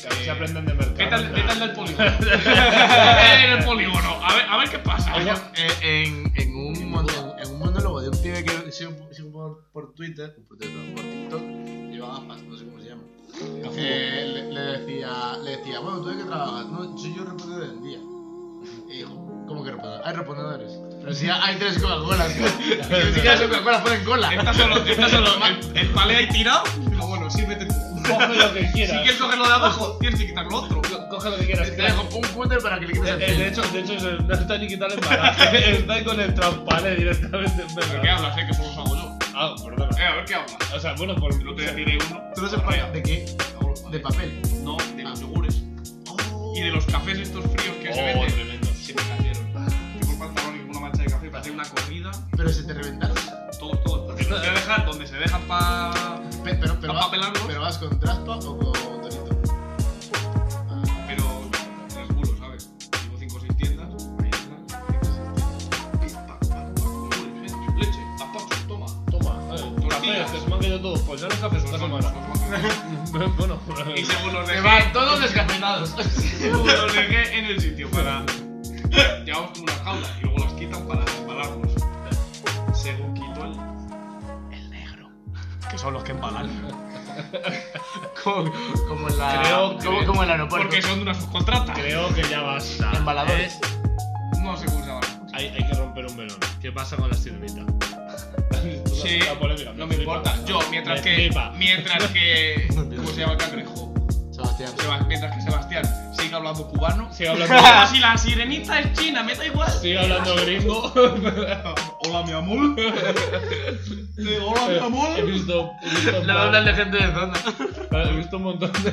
Speaker 3: Que así aprenden de mercado.
Speaker 1: ¿Qué tal, ¿qué
Speaker 3: claro.
Speaker 1: tal del polígono? en el polígono. A ver, a ver qué pasa.
Speaker 4: Oye, eh, en, en, un, mon- en, en un monólogo de un pibe que sigo sigo por, por Twitter, por, Twitter, por TikTok, lleva gafas, no sé cómo se llama. Eh, le, le decía, le decía, bueno, tú de qué trabajas, no, soy yo reponedor del día. Y dijo, ¿cómo que reponedor? Hay reponedores. Pero si ya hay tres Coca-Colas, que si ya son Coca-Colas, ponen cola.
Speaker 1: Estas solo, estas solo, el, el palé ahí tirado. Digo, bueno, sí, vete tú.
Speaker 3: Coge lo que
Speaker 1: Si
Speaker 3: quieras.
Speaker 1: quieres cogerlo de abajo, tienes que quitar lo otro.
Speaker 3: Co- Coge lo que quieras.
Speaker 4: Te dejo un punter para que le quites
Speaker 3: Eh,
Speaker 4: el
Speaker 3: eh, De
Speaker 4: pelo.
Speaker 3: hecho, de hecho, se- no está ni quitando el embaraje. Está con el trampalé directamente en
Speaker 1: ¿Pero qué
Speaker 3: verdad.
Speaker 1: hablas, eh? Que solo hago yo.
Speaker 3: Ah, perdona.
Speaker 1: Eh, a ver qué hablas.
Speaker 3: O sea, bueno, por.
Speaker 1: El otro día tiré uno.
Speaker 4: ¿Tú no separas de qué? De
Speaker 1: De
Speaker 4: papel.
Speaker 1: No, de los yogures. Y de los cafés estos fríos que se
Speaker 3: Oh,
Speaker 1: venden.
Speaker 3: tremendo.
Speaker 1: Se me cayeron. Yo por pantalón y con una mancha de café pasé una corrida.
Speaker 4: Oh, Pero se te reventaron.
Speaker 1: Todo, todo. Porque los voy a dejar donde se dejan para.
Speaker 4: Pe- Pero, pero,
Speaker 1: ¿Están
Speaker 4: vas-
Speaker 1: papelando?
Speaker 4: pero vas con traspa o con torito.
Speaker 1: Pero en el culo, ¿sabes? Llevo 5 o 6 tiendas. ahí está, cinco o seis tiendas. Pim, pam, pam, pam, como el leche, Leche, papacho, toma.
Speaker 3: Toma, eh,
Speaker 1: Tortillas.
Speaker 3: cafés, que se me han quedado todos. Pues ya los cafés esta
Speaker 1: Los
Speaker 3: semana.
Speaker 1: bancos, los bancos.
Speaker 3: Bueno,
Speaker 1: Y según los
Speaker 4: Se
Speaker 1: dejé,
Speaker 4: van todos descafeinados.
Speaker 1: según los dejé en el sitio para. Llevamos como una jaula y luego las quitan para embalarlos. Según quito el. El negro. Que son los que embalan.
Speaker 4: como, como en la.
Speaker 3: Creo que-
Speaker 4: como, como en el aeropuerto.
Speaker 1: Porque son de una subcontrata.
Speaker 3: creo que ya basta.
Speaker 4: Embaladores.
Speaker 1: No sé cómo se llama.
Speaker 3: Hay, hay que romper un melón. ¿Qué pasa con la sirenita?
Speaker 1: Sí,
Speaker 3: La polémica, me
Speaker 1: no me
Speaker 3: flipa.
Speaker 1: importa. Yo, mientras
Speaker 3: Me
Speaker 1: que.
Speaker 3: flipa.
Speaker 1: Mientras que. ¿Cómo se llama el cangrejo?
Speaker 4: Sebastián.
Speaker 1: Seba- mientras que Sebastián sigue hablando cubano.
Speaker 3: Sigue hablando,
Speaker 1: si la sirenita es china, me da igual.
Speaker 3: sigue hablando gringo.
Speaker 1: Hola, mi amor. Sí, Hola, mi
Speaker 3: He
Speaker 1: amor.
Speaker 3: visto, he visto, en
Speaker 4: La
Speaker 3: plan-
Speaker 4: hablan de gente de zona.
Speaker 3: he visto un montón de.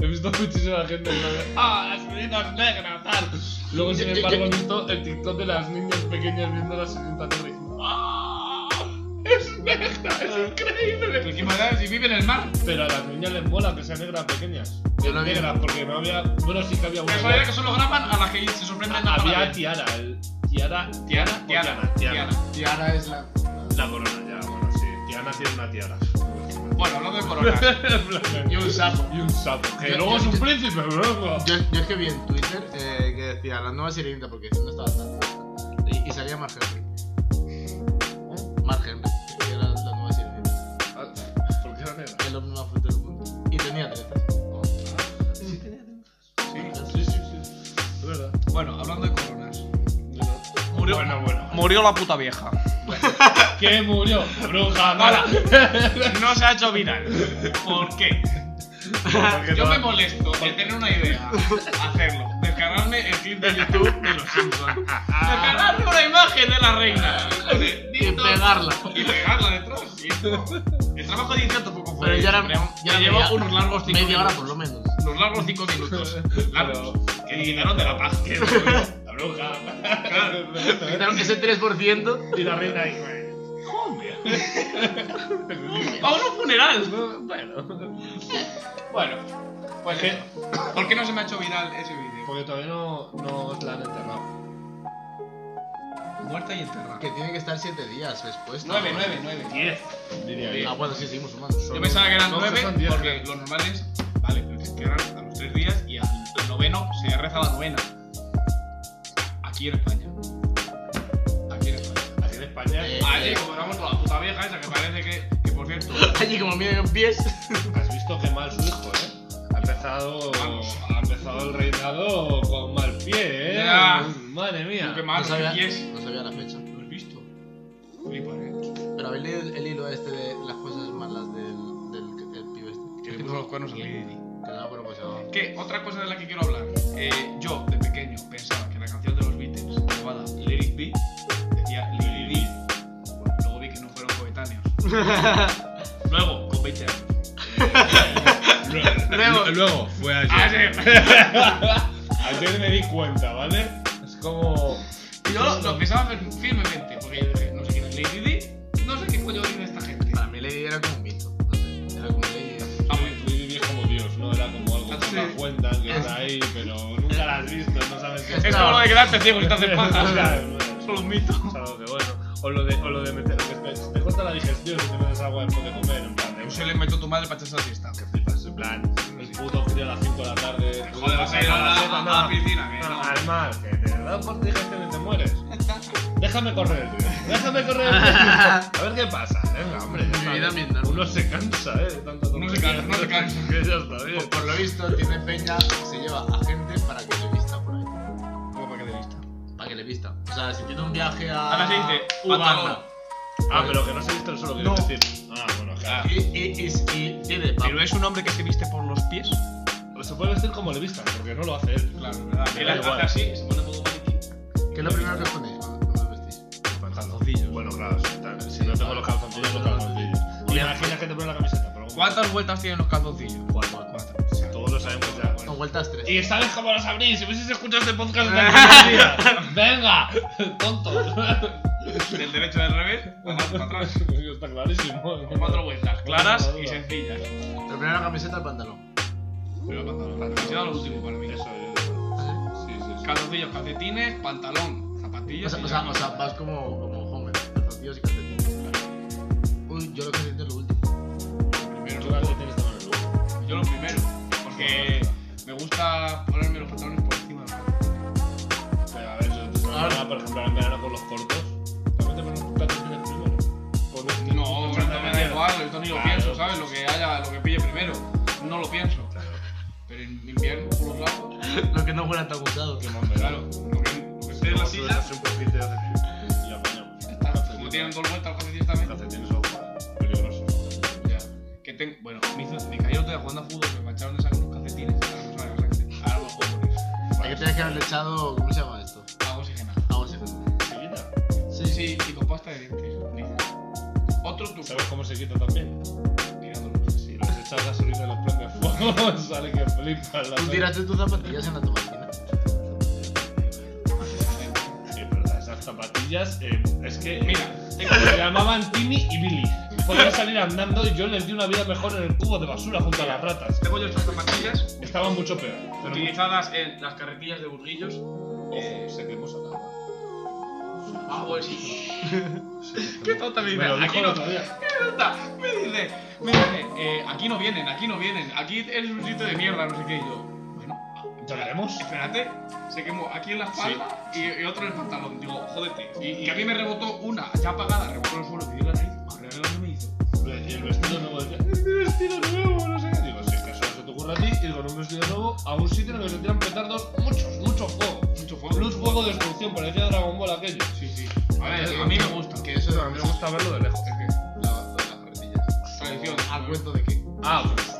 Speaker 3: he visto muchísima gente en plan de,
Speaker 1: eh,
Speaker 3: ¡Ah, las sirenitas negras! Tal. Luego, sin embargo, he visto el TikTok de las niñas pequeñas viendo la sirenita negra y diciendo, ¡Ah! ¡Es negra! Ah. ¡Es increíble!
Speaker 1: Pero qué maldad, si vive en el mar.
Speaker 3: Pero a las niñas les mola que sean negras pequeñas.
Speaker 4: Yo no vi.
Speaker 3: negras, porque no había. Bueno, sí que había una.
Speaker 1: Casualidad que solo graban a las que se sorprenden a
Speaker 3: Ah, Había Tiara, el Tiara,
Speaker 1: Tiana,
Speaker 3: o
Speaker 1: Tiana, Tiana.
Speaker 4: Y ahora es la.
Speaker 3: La corona, ya, bueno, sí. Tiana tiene una tiara.
Speaker 1: Bueno, hablando de corona.
Speaker 4: Y un sapo.
Speaker 3: y un sapo. Que
Speaker 4: Yo-
Speaker 3: luego
Speaker 4: yo-
Speaker 3: es un
Speaker 4: yo-
Speaker 3: príncipe, bro.
Speaker 4: Yo, yo es que vi en Twitter eh, que decía la nueva sirenita porque no estaba tan. Y, y salía Mark Henry. Mark Henry, que era la nueva sirenita.
Speaker 3: Ah, ¿Por qué era negra?
Speaker 4: El hombre más fuerte del mundo. Y tenía trenzas.
Speaker 3: Sí, tenía tiendas.
Speaker 1: Sí.
Speaker 3: Sí, sí, sí. Es verdad.
Speaker 1: Bueno, hablando de coronas.
Speaker 3: Murió. Bueno, bueno.
Speaker 1: Murió la puta vieja.
Speaker 3: ¿Qué murió? Bruja mala.
Speaker 1: No se ha hecho viral. ¿Por qué? Yo me molesto de tener una idea, hacerlo, descargarme el clip de YouTube de los Simpsons,
Speaker 3: Ah,
Speaker 1: descargarme una imagen de la reina de-
Speaker 4: Y pegarla.
Speaker 1: y pegarla detrás. y esto. El trabajo de edición tampoco fue.
Speaker 4: Pero ya era-
Speaker 1: hombre,
Speaker 4: ya
Speaker 1: me
Speaker 4: era
Speaker 1: llevó
Speaker 4: media-
Speaker 1: unos largos 5
Speaker 4: Media hora
Speaker 1: minutos.
Speaker 4: por lo menos.
Speaker 1: Unos largos 5 minutos. Largos. Que quitaron de la paz.
Speaker 3: Que murió. La bruja.
Speaker 4: Quitaron Ese 3%.
Speaker 3: y la reina "Eh". ahí. Hombre.
Speaker 1: ¡Vamos a un funeral!
Speaker 3: Bueno. Bueno.
Speaker 1: Pues,
Speaker 3: ¿Qué?
Speaker 1: ¿Por qué no se me ha hecho viral ese vídeo?
Speaker 3: Porque todavía no, no os la han enterrado.
Speaker 1: Muerta y enterrada.
Speaker 4: Que tiene que estar 7 días después.
Speaker 1: 9, 9, 9.
Speaker 3: 10. Diría
Speaker 4: Ah, bueno, sí, seguimos sumando.
Speaker 1: Yo pensaba que eran
Speaker 3: No,
Speaker 1: nueve,
Speaker 3: que son diez,
Speaker 1: porque
Speaker 3: creo.
Speaker 1: lo normal es, vale, pero te entierran a los tres días y al al noveno se reza la novena. Aquí en España. Aquí en España.
Speaker 3: Aquí en España.
Speaker 4: Eh,
Speaker 1: Allí, como éramos la puta vieja esa que parece que, que por cierto,
Speaker 4: Allí como miren en pies.
Speaker 3: Has visto que mal su hijo, ¿eh? Ha empezado,
Speaker 1: Vamos.
Speaker 3: ha empezado el reinado con mal pie, ¿eh?
Speaker 1: Ya.
Speaker 3: Madre mía.
Speaker 1: lo que
Speaker 4: No
Speaker 1: más
Speaker 4: sabía,
Speaker 1: que es.
Speaker 4: no sabía la fecha.
Speaker 1: ¿Lo has visto? Flipa, eh.
Speaker 4: Pero habéis leído el, el hilo este de las cosas malas del, del, del pibe este.
Speaker 1: Que le puso los cuernos al Lady.
Speaker 4: Que no me acuerdo cómo se llamaba.
Speaker 1: Que otra cosa de la que quiero hablar. Eh, yo, de pequeño, pensaba que la canción de los Beatles, llamada Let It Be, decía Lady Di. Luego vi que no fueron coetáneos. Luego, con 20 años. eh, Luego.
Speaker 3: Luego, Ah, luego fue ayer. Ayer me di cuenta, ¿vale? Es como.
Speaker 1: Y Yo lo, lo pensaba fir- firmemente, porque yo dije, no sé quién es Lady Di, no sé qué coño vive esta gente.
Speaker 4: Para mí Lady era como un mito. No sé, era como Lady.
Speaker 3: pues,
Speaker 1: Ah, bueno.
Speaker 3: Lady es como Dios, ¿no? Era como algo que
Speaker 1: Sí.
Speaker 3: no cuentan, que está ahí, pero nunca la has visto, no sabes qué
Speaker 1: Es como lo de quedarte ciego y te haces paja.
Speaker 3: Claro,
Speaker 1: Solo un mito.
Speaker 3: O sea, lo que bueno. O lo de, o lo de meter. Que te, te corta la digestión y te metes agua después de comer. En plan, de
Speaker 1: Yo le meto a tu madre para echarse la siesta.
Speaker 3: que
Speaker 1: pues,
Speaker 3: flipas. En plan, el puto frío a las 5 de la tarde. tú
Speaker 1: Joder, vas a ir a la,
Speaker 3: sopa,
Speaker 1: a
Speaker 3: nada.
Speaker 1: la piscina, que
Speaker 3: No,
Speaker 1: no.
Speaker 3: al mar, que te da por digestión y te mueres. Déjame correr, tío. Déjame correr. tío. A ver qué pasa. Venga, hombre. ya está
Speaker 4: Mi vida
Speaker 3: bien.
Speaker 4: bien, ¿no?
Speaker 3: Uno se cansa, eh. de Tanto
Speaker 1: Uno se cansa, uno se cansa.
Speaker 3: Que ya está bien.
Speaker 4: Por, por lo visto, tiene peña que se lleva a gente para que le vista por ahí.
Speaker 1: Como para que te vista.
Speaker 4: Para que le vista. O sea, si tiene un viaje a.
Speaker 1: Ahora se dice,
Speaker 4: Uganda.
Speaker 1: pantalón.
Speaker 3: Ah, pero que no se ha visto el solo, quiero
Speaker 1: No.
Speaker 3: decir. Ah, bueno, claro.
Speaker 4: Y, y, y, y tiene pa-
Speaker 1: Pero es un hombre que se viste por los pies.
Speaker 3: Pues Se puede vestir como le vistan, porque no lo hace él.
Speaker 1: Claro, verdad.
Speaker 3: Me
Speaker 1: Él
Speaker 3: da
Speaker 1: hace
Speaker 3: igual.
Speaker 1: así, se pone todo maniquí.
Speaker 4: ¿Qué es lo primero que os ponéis cuando cuando os vestís?
Speaker 3: Calzoncillos. Bueno, claro, si, tal- si no tengo los calzoncillos, los calzoncillos. Y imagina que te pones la camiseta, pero como-
Speaker 1: ¿Cuántas vueltas tienen los calzoncillos?
Speaker 3: Si todos lo sabemos ya.
Speaker 4: Son vueltas tres.
Speaker 2: ¿Y sabes cómo lo sabrís? Si hubieses escuchado este podcast desde el primer día. Venga, tonto.
Speaker 1: Del derecho del revés, vamos para atrás.
Speaker 3: Está clarísimo.
Speaker 1: Con cuatro vueltas, claras y sencillas.
Speaker 4: Lo primero la camiseta, el pantalón.
Speaker 1: Pero pantalón. Ha sido lo último para mí.
Speaker 3: Eso, yo- sí, sí, sí.
Speaker 1: Calzoncillos, calcetines, pantalón,
Speaker 4: O
Speaker 1: zapatillas.
Speaker 4: sea,
Speaker 1: y
Speaker 4: o sea,
Speaker 1: ya.
Speaker 4: o sea, vas como, como Homer, calzoncillos y calcetines. Uy, yo lo que siento es lo último.
Speaker 1: Primero,
Speaker 3: Yo creo que tienes que tomar el lujo.
Speaker 1: Yo lo primero, porque me gusta ponerme los pantalones por encima de los calzones.
Speaker 3: Pero a ver, yo te
Speaker 4: Ahora-
Speaker 3: nada, por ejemplo, en verano con los cortos. También te pones un calzoncillo primero. Con
Speaker 1: No,
Speaker 3: un- un
Speaker 1: pero no me da
Speaker 3: calzoncillo.
Speaker 1: igual, esto ni lo
Speaker 3: Claro.
Speaker 1: pienso, ¿sabes? Lo que haya, lo que pille primero, no lo pienso. Pero en invierno, por los lados,
Speaker 4: Lo que no fuera tan gustado.
Speaker 3: Qué mamera.
Speaker 1: claro, lo que, lo que esté en la
Speaker 3: Luego subes
Speaker 1: silla,
Speaker 3: así un poquito y haces así. Y apañamos.
Speaker 1: está. Como tienen dos vueltas los calcetines también.
Speaker 3: Calcetines son peligrosos.
Speaker 1: Ya. Que ten- Bueno, me, hizo, me caí otro día jugando a fútbol, que me echaron de saco unos calcetines. Ahora Ah, no sabe los calcetines. Ahora los juego con eso.
Speaker 4: Hay que tener que haberle echado, ¿cómo se llama esto?
Speaker 1: Agua oxigenada.
Speaker 4: Agua se
Speaker 3: ¿Se quita?
Speaker 1: Sí, sí, y con pasta de dientes. Otro truco.
Speaker 3: ¿Sabes cómo se quita también? Pues
Speaker 1: Tirándolos así.
Speaker 3: Si les echas gasolina y los prendes fuego, sale que flipas. la
Speaker 4: Tú tiraste tus zapatillas en la tomatina.
Speaker 3: Sí, pero esas zapatillas, eh, es que.
Speaker 1: Mira,
Speaker 3: tengo- se llamaban Timmy y Billy. Podían salir andando y yo les di una vida mejor en el cubo de basura junto a las ratas.
Speaker 1: Tengo yo estas zapatillas
Speaker 3: Estaban mucho peor. Pero
Speaker 1: utilizadas en las carretillas de burguillos.
Speaker 3: Ojo, seguimos hablando.
Speaker 1: Ah, pues sí. ¿Qué tonta me dice?
Speaker 3: Me lo dijo
Speaker 1: Aquí
Speaker 3: el
Speaker 1: no.
Speaker 3: otro día.
Speaker 1: ¿Qué tonta? Me dice, me dice, eh, aquí no vienen, aquí no vienen, aquí eres un sitio de mierda, no sé qué. Y yo, bueno,
Speaker 3: ¿Ya veremos?
Speaker 1: espérate, se quemó aquí en la espalda y, y otro en el pantalón. Digo, jódete. Y, y a mí me rebotó una, ya apagada, rebotó en el suelo, me dio la nariz, madre mía, lo que me hizo.
Speaker 3: Y el vestido nuevo decía, es mi vestido nuevo, no sé qué. Digo, si es que eso se te ocurre a ti, ir con un vestido nuevo a un sitio en el que se tiran petardos muchos, mucho fuego.
Speaker 1: Mucho fuego.
Speaker 3: Luz, fuego, destrucción, parecía Dragon Ball aquello.
Speaker 1: Sí, sí. A ver, a mí me gusta.
Speaker 4: Que eso
Speaker 3: A mí me gusta verlo de lejos.
Speaker 1: Es que,
Speaker 4: la- de las carretillas.
Speaker 1: tradición.
Speaker 4: ¿A cuento de qué?
Speaker 3: Ah, pues.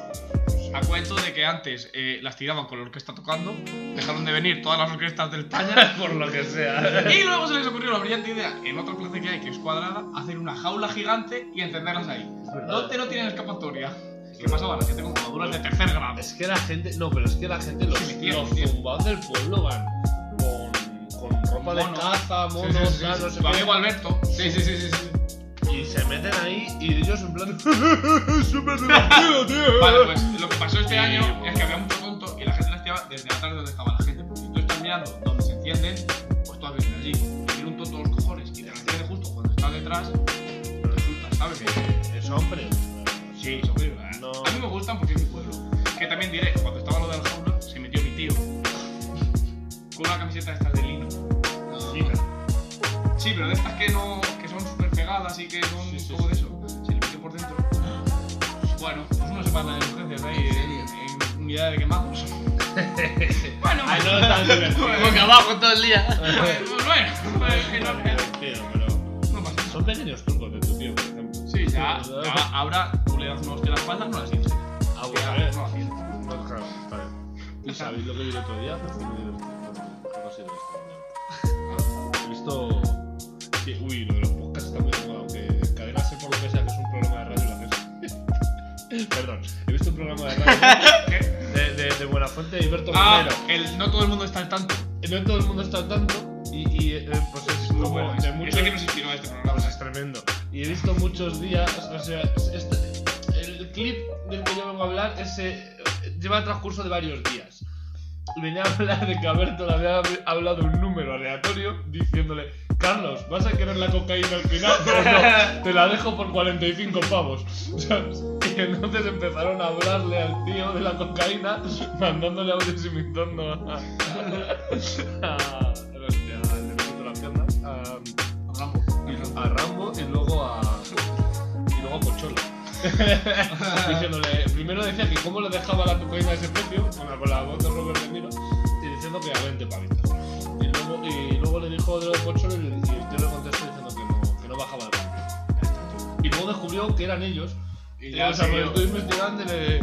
Speaker 1: A cuento de que antes eh, las tiraban con la orquesta tocando, dejaron de venir todas las orquestas de España
Speaker 3: Por lo que sea.
Speaker 1: y luego se les ocurrió la brillante idea en otra plaza que hay que es cuadrada, hacer una jaula gigante y encenderlas ahí. ¿Dónde no tienen escapatoria? ¿Qué pasaba? Las gente con jugaduras de tercer grado.
Speaker 3: Es que la gente. No, pero es que la gente. Los,
Speaker 1: Sí, tío,
Speaker 3: los
Speaker 1: tío.
Speaker 3: zumbados del pueblo van con, con ropa de
Speaker 1: Mono.
Speaker 3: caza, monos, tal, no sé
Speaker 1: Tu
Speaker 3: qué.
Speaker 1: amigo Alberto.
Speaker 4: Sí, sí, sí, sí. sí.
Speaker 3: Y se meten ahí y ellos en plan. ¡Súper divertido, tío!
Speaker 1: Vale, pues lo que pasó este
Speaker 3: Sí,
Speaker 1: año
Speaker 3: bueno.
Speaker 1: es que había mucho tonto y la gente las tiraba desde atrás donde estaba la gente. Porque Si tú estás mirando donde se encienden, pues tú has visto allí. Y viene un tonto los cojones y te la enciende justo cuando está detrás, te resulta, ¿sabes? Que-
Speaker 3: pues, Es hombre.
Speaker 1: Sí, son muy buenas.
Speaker 3: No.
Speaker 1: ¿eh? A mí me gustan porque es mi pueblo. Que también diré, cuando estaba lo de la jaula, se metió mi tío. Con una camiseta de estas de lino. Sí, pero de estas que no. que son súper pegadas y que son
Speaker 3: Sí, sí,
Speaker 1: como de eso. Se le metió por dentro. Bueno, pues una semana de urgencias ahí en, en unidad de quemados. bueno,
Speaker 3: Ay, Ah, no es tan divertido.
Speaker 1: bueno,
Speaker 4: Boca abajo todo el día.
Speaker 1: bueno, es que no,
Speaker 3: Divertido, pero.
Speaker 1: no pasa nada.
Speaker 3: Son pequeños trucos de tu tío, por ejemplo.
Speaker 1: Sí, ya, ya ahora tú le das unos que la espalda no las dices.
Speaker 3: Ah, bueno,
Speaker 1: no las dices.
Speaker 3: No, claro, está bien. ¿Y sabéis lo que vi el otro día? pues, Fue muy divertido. Creo que ha sido esta mañana. Ah, He visto. que- uy, lo de los podcasts está muy de moda, aunque cadena ser por lo que sea que es un problema de radio la gente. Perdón, he visto visto un programa de radio
Speaker 1: ¿Qué?
Speaker 3: de, de, de Buenafuente y Berto
Speaker 1: Ah,
Speaker 3: Romero.
Speaker 1: el no todo el mundo está al tanto.
Speaker 3: No todo el mundo está al tanto y, y, eh, pues es
Speaker 1: Muy
Speaker 3: como
Speaker 1: bueno.
Speaker 3: de
Speaker 1: Es
Speaker 3: muchos-
Speaker 1: el que nos inspiró a este programa.
Speaker 5: Pues es tremendo.
Speaker 3: y he visto muchos días, o sea, este- el clip del que yo vengo a hablar ese lleva transcurso de varios días. Y venía a hablar de que Alberto le había hablado un número aleatorio diciéndole, Carlos, ¿vas a querer la cocaína al final? o no? Te la dejo por 45 pavos. ¿sabes? Y entonces empezaron a hablarle al tío de la cocaína, mandándole audios imitando a... a... Hostia, le meto Ah, la pierna. a- a Rambo y luego a. Y luego a Pocholo. Diciéndole, primero decía que cómo le dejaba la cocaína a ese precio, con la, con la voz de Robert De Niro, y diciendo que a 20 pavitos. Y luego, y luego le dijo de lo de Pocholo y, le- y el tío le contestó diciendo que no, que no bajaba el precio. Y luego descubrió que eran ellos.
Speaker 1: Y
Speaker 3: Y
Speaker 1: ya
Speaker 3: ya, o sea,
Speaker 1: siguió.
Speaker 3: pues, estoy investigando y, le-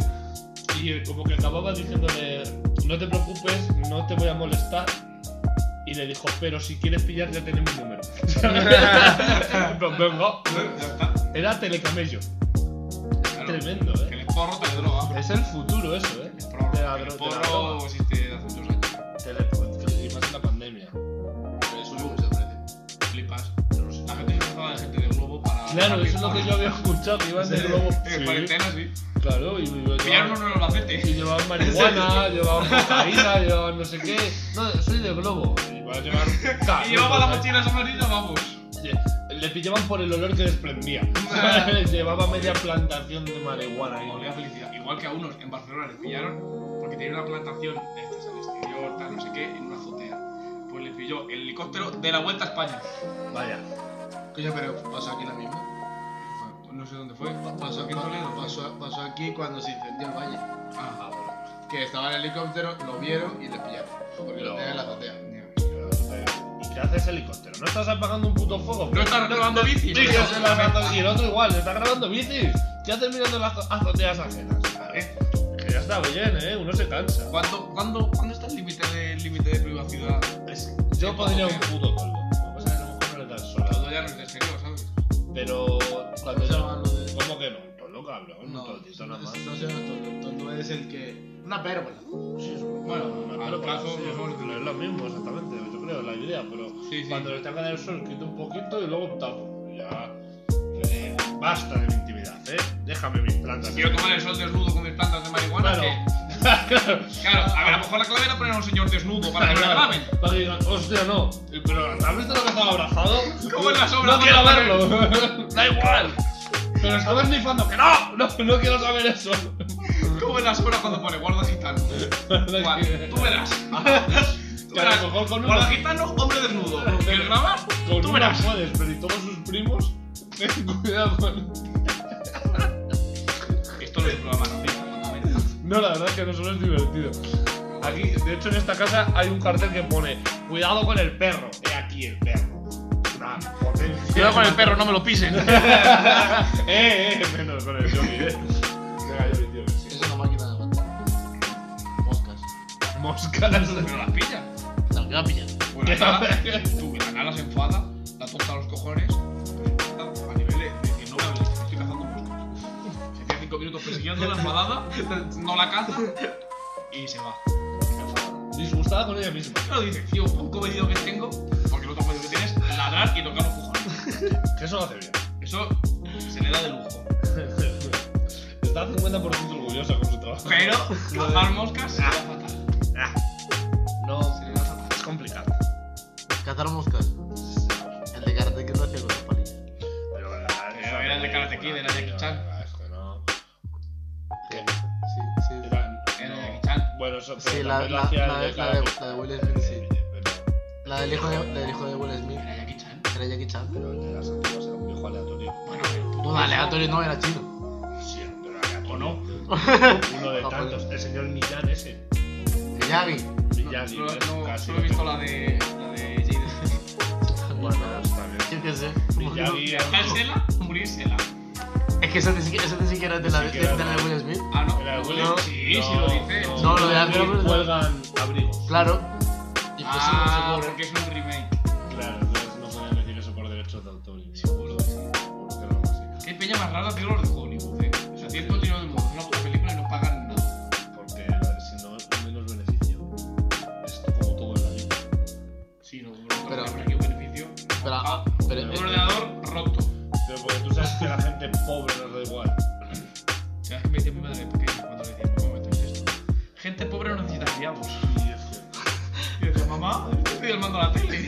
Speaker 3: y como que acababa diciéndole, no te preocupes, no te voy a molestar. Y le dijo, pero si quieres pillar ya tienes mi número. Pues venga.
Speaker 1: Ya está.
Speaker 3: Era telecamello.
Speaker 1: Claro.
Speaker 3: Tremendo,
Speaker 1: Que
Speaker 3: ¿eh?
Speaker 1: el porro te droga.
Speaker 3: Es el futuro eso, ¿eh?
Speaker 1: El porro,
Speaker 3: Te la
Speaker 1: el
Speaker 3: dro- te
Speaker 1: porro
Speaker 3: la droga.
Speaker 1: existe hace muchos años.
Speaker 3: Tele- y más en la pandemia.
Speaker 4: Pero eso luego se ofrece.
Speaker 1: Flipas. La gente disfrazaba de gente de globo para.
Speaker 3: Claro,
Speaker 1: para
Speaker 3: eso es lo que
Speaker 1: porro.
Speaker 3: yo había escuchado, que iban de
Speaker 1: Sí,
Speaker 3: globo.
Speaker 1: En cuarentena, sí.
Speaker 3: Claro, y, y
Speaker 1: Pillaron
Speaker 3: llevaban,
Speaker 1: uno en Albacete.
Speaker 3: y llevaban marihuana, llevaban cocaína, llevaban no sé qué. No, soy de globo. Y va a llevar...
Speaker 1: Y llevaba la mochila amarilla, vamos.
Speaker 3: Le pillaban por el olor que desprendía. Llevaba media plantación de marihuana ahí.
Speaker 1: Olía felicidad. Igual que a unos en Barcelona les pillaron porque tenían una plantación de estas al exterior, tal, no sé qué, en una azotea. Pues les pilló el helicóptero de la Vuelta a España.
Speaker 3: Vaya.
Speaker 4: Coño, pero pasó aquí la misma.
Speaker 1: No sé dónde fue.
Speaker 4: Pasó,
Speaker 1: ¿En Toledo?
Speaker 4: pasó- pasó aquí cuando se incendió el valle.
Speaker 1: Ah, bueno.
Speaker 4: Que estaba en el helicóptero, lo vieron y les pillaron. Porque lo
Speaker 3: No.
Speaker 4: tenían en la azotea.
Speaker 3: ¿Y qué haces helicóptero? ¿No estás apagando un puto fuego?
Speaker 1: No estás grabando bici.
Speaker 3: Sí, yo
Speaker 1: ¿no?
Speaker 3: se la mando- y el otro igual, está grabando bicis. Ya terminando las azo- azoteas ajenas.
Speaker 1: ¿Eh?
Speaker 3: Que ya está bien, ¿eh? Uno se cansa.
Speaker 1: ¿Cuándo, cuándo, ¿Cuándo está el límite de, límite de privacidad?
Speaker 3: Es- yo podría un puto polvo. Lo que pasa es que a lo mejor no le das
Speaker 1: Cuando
Speaker 3: sola.
Speaker 1: ya no es de exterior, ¿sabes?
Speaker 3: Pero cuando
Speaker 4: ¿Cómo se
Speaker 3: yo...
Speaker 4: llama lo de.?
Speaker 3: ¿Cómo que no? Un tolo, cabrón. Un toldito nada más.
Speaker 4: es- Pues no se llama tonto, tonto es el que. Una pérgola.
Speaker 3: Pues
Speaker 1: Bueno, a los plazos
Speaker 3: sí,
Speaker 1: los vamos
Speaker 3: pero es lo mismo exactamente, yo creo, la idea, pero
Speaker 1: Sí, sí.
Speaker 3: cuando le tacan el sol quita un poquito y luego tapo. Ya. eh, basta de mi intimidad, ¿eh? Déjame mis plantas.
Speaker 1: Quiero tomar el sol desnudo con mis plantas de marihuana.
Speaker 3: Claro.
Speaker 1: que-
Speaker 3: claro.
Speaker 1: Claro, a ver, a lo mejor la clave era poner a un señor desnudo para que me lo
Speaker 3: Claro,
Speaker 1: claven.
Speaker 3: Para que digan, hostia, no. Pero ¿has visto lo que estaba abrazado?
Speaker 1: ¿Cómo en la sombra?
Speaker 3: No quiero verlo. da igual. Pero estabas nifando que no, no, no quiero saber eso.
Speaker 1: ¿Cómo en las horas cuando pone guarda gitano? Guarda- Tú verás. Tú
Speaker 3: Que a
Speaker 1: verás.
Speaker 3: lo mejor con
Speaker 1: Guarda
Speaker 3: uno,
Speaker 1: gitano, hombre desnudo. ¿Quieres grabar?
Speaker 3: con
Speaker 1: tú
Speaker 3: uno
Speaker 1: verás.
Speaker 3: puedes, pero y todos sus primos, ten cuidado con.
Speaker 1: Esto no es un programa racista, fundamental.
Speaker 3: No, la verdad es que no solo es divertido. Aquí, de hecho, en esta casa hay un cartel que pone: Cuidado con el perro. He aquí el perro. Una potencia.
Speaker 1: Cuidado con el perro, no me lo pisen.
Speaker 3: eh, eh, menos con el Johnny, eh. Venga, Johnny, tío, que sí.
Speaker 4: Es una máquina de aguantar. Moscas.
Speaker 3: Moscas.
Speaker 1: Pero las pilla.
Speaker 4: La que la pillan.
Speaker 1: Bueno, nada, tú, la nana se enfada, la tonta a los cojones, a nivel de decir, no me hables, estoy cazando moscas. Se queda cinco minutos persiguiendo la enfadada, no la caza y se va.
Speaker 3: Disgustada con ella misma.
Speaker 1: Pero dice, tío, poco medido que tengo, porque el otro medio que tienes es ladrar y tocar los cojones.
Speaker 3: Que eso lo hace bien.
Speaker 1: Eso se le da de lujo.
Speaker 3: Está 50% orgullosa con su trabajo.
Speaker 1: Pero cazar moscas se le da fatal.
Speaker 3: No,
Speaker 1: Se le da fatal.
Speaker 3: es complicado.
Speaker 4: Cazar moscas. El de karate que no hacía con la palilla.
Speaker 3: Pero la verdad es
Speaker 1: Pero Eh, era de Karate Kid, era Jackie Chan.
Speaker 3: Es que no. Que
Speaker 4: Sí, sí.
Speaker 3: Era,
Speaker 1: Era
Speaker 3: no.
Speaker 1: Jackie Chan.
Speaker 3: Bueno, eso pero
Speaker 4: Sí, la,
Speaker 3: también lo
Speaker 4: la, la,
Speaker 3: hacía el
Speaker 4: de,
Speaker 3: de
Speaker 4: la,
Speaker 3: Karate
Speaker 4: de, la de Will Smith, sí.
Speaker 3: Kid, pero-
Speaker 4: La del hijo de, la del hijo de Will Smith.
Speaker 1: Era Jackie Chan.
Speaker 4: Era Jackie Chan.
Speaker 3: Pero el de las antiguas era un viejo aleatorio.
Speaker 1: Bueno, pero-
Speaker 4: No, aleatorio no, era chino.
Speaker 3: Sí, pero aleatorio. O no. Uno de
Speaker 4: Ah, pues.
Speaker 3: tantos. El señor Millán ese.
Speaker 4: Miyagi.
Speaker 3: Millán. ¿eh?
Speaker 1: no,
Speaker 3: es un
Speaker 1: no, no,
Speaker 3: caso.
Speaker 1: solo he visto la de, la de Jade.
Speaker 3: Bueno, está bien.
Speaker 4: Yo qué sé.
Speaker 3: Miyagi era-
Speaker 1: Dársela, morírsela.
Speaker 4: Es que eso ni siquiera, eso ni siquiera es de la de,
Speaker 3: siquiera
Speaker 4: de la de Will Smith.
Speaker 1: Ah, no.
Speaker 3: Era el Willy.
Speaker 4: No,
Speaker 1: sí, sí lo dice.
Speaker 4: No, lo de
Speaker 3: Willy
Speaker 4: Abrigos.
Speaker 3: Cuelgan abrigos.
Speaker 4: Claro. Y pues
Speaker 1: Ah,
Speaker 4: se
Speaker 1: porque es un remake.
Speaker 3: Claro, entonces no podían decir eso por derechos de autor. y
Speaker 1: Seguro que sí.
Speaker 3: Seguro que era algo así.
Speaker 1: Qué peña más rara, peor de Hollywood, eh. O sea, tiene todo el dinero del mundo, hace una puta película y no paga
Speaker 4: Ah,
Speaker 1: Ah, ¿Sabes qué me decía mi madre de pequeño cuando le decía, mamá, me traes esto? Gente pobre no necesita criados. Y decía, mamá, estoy armando la tele.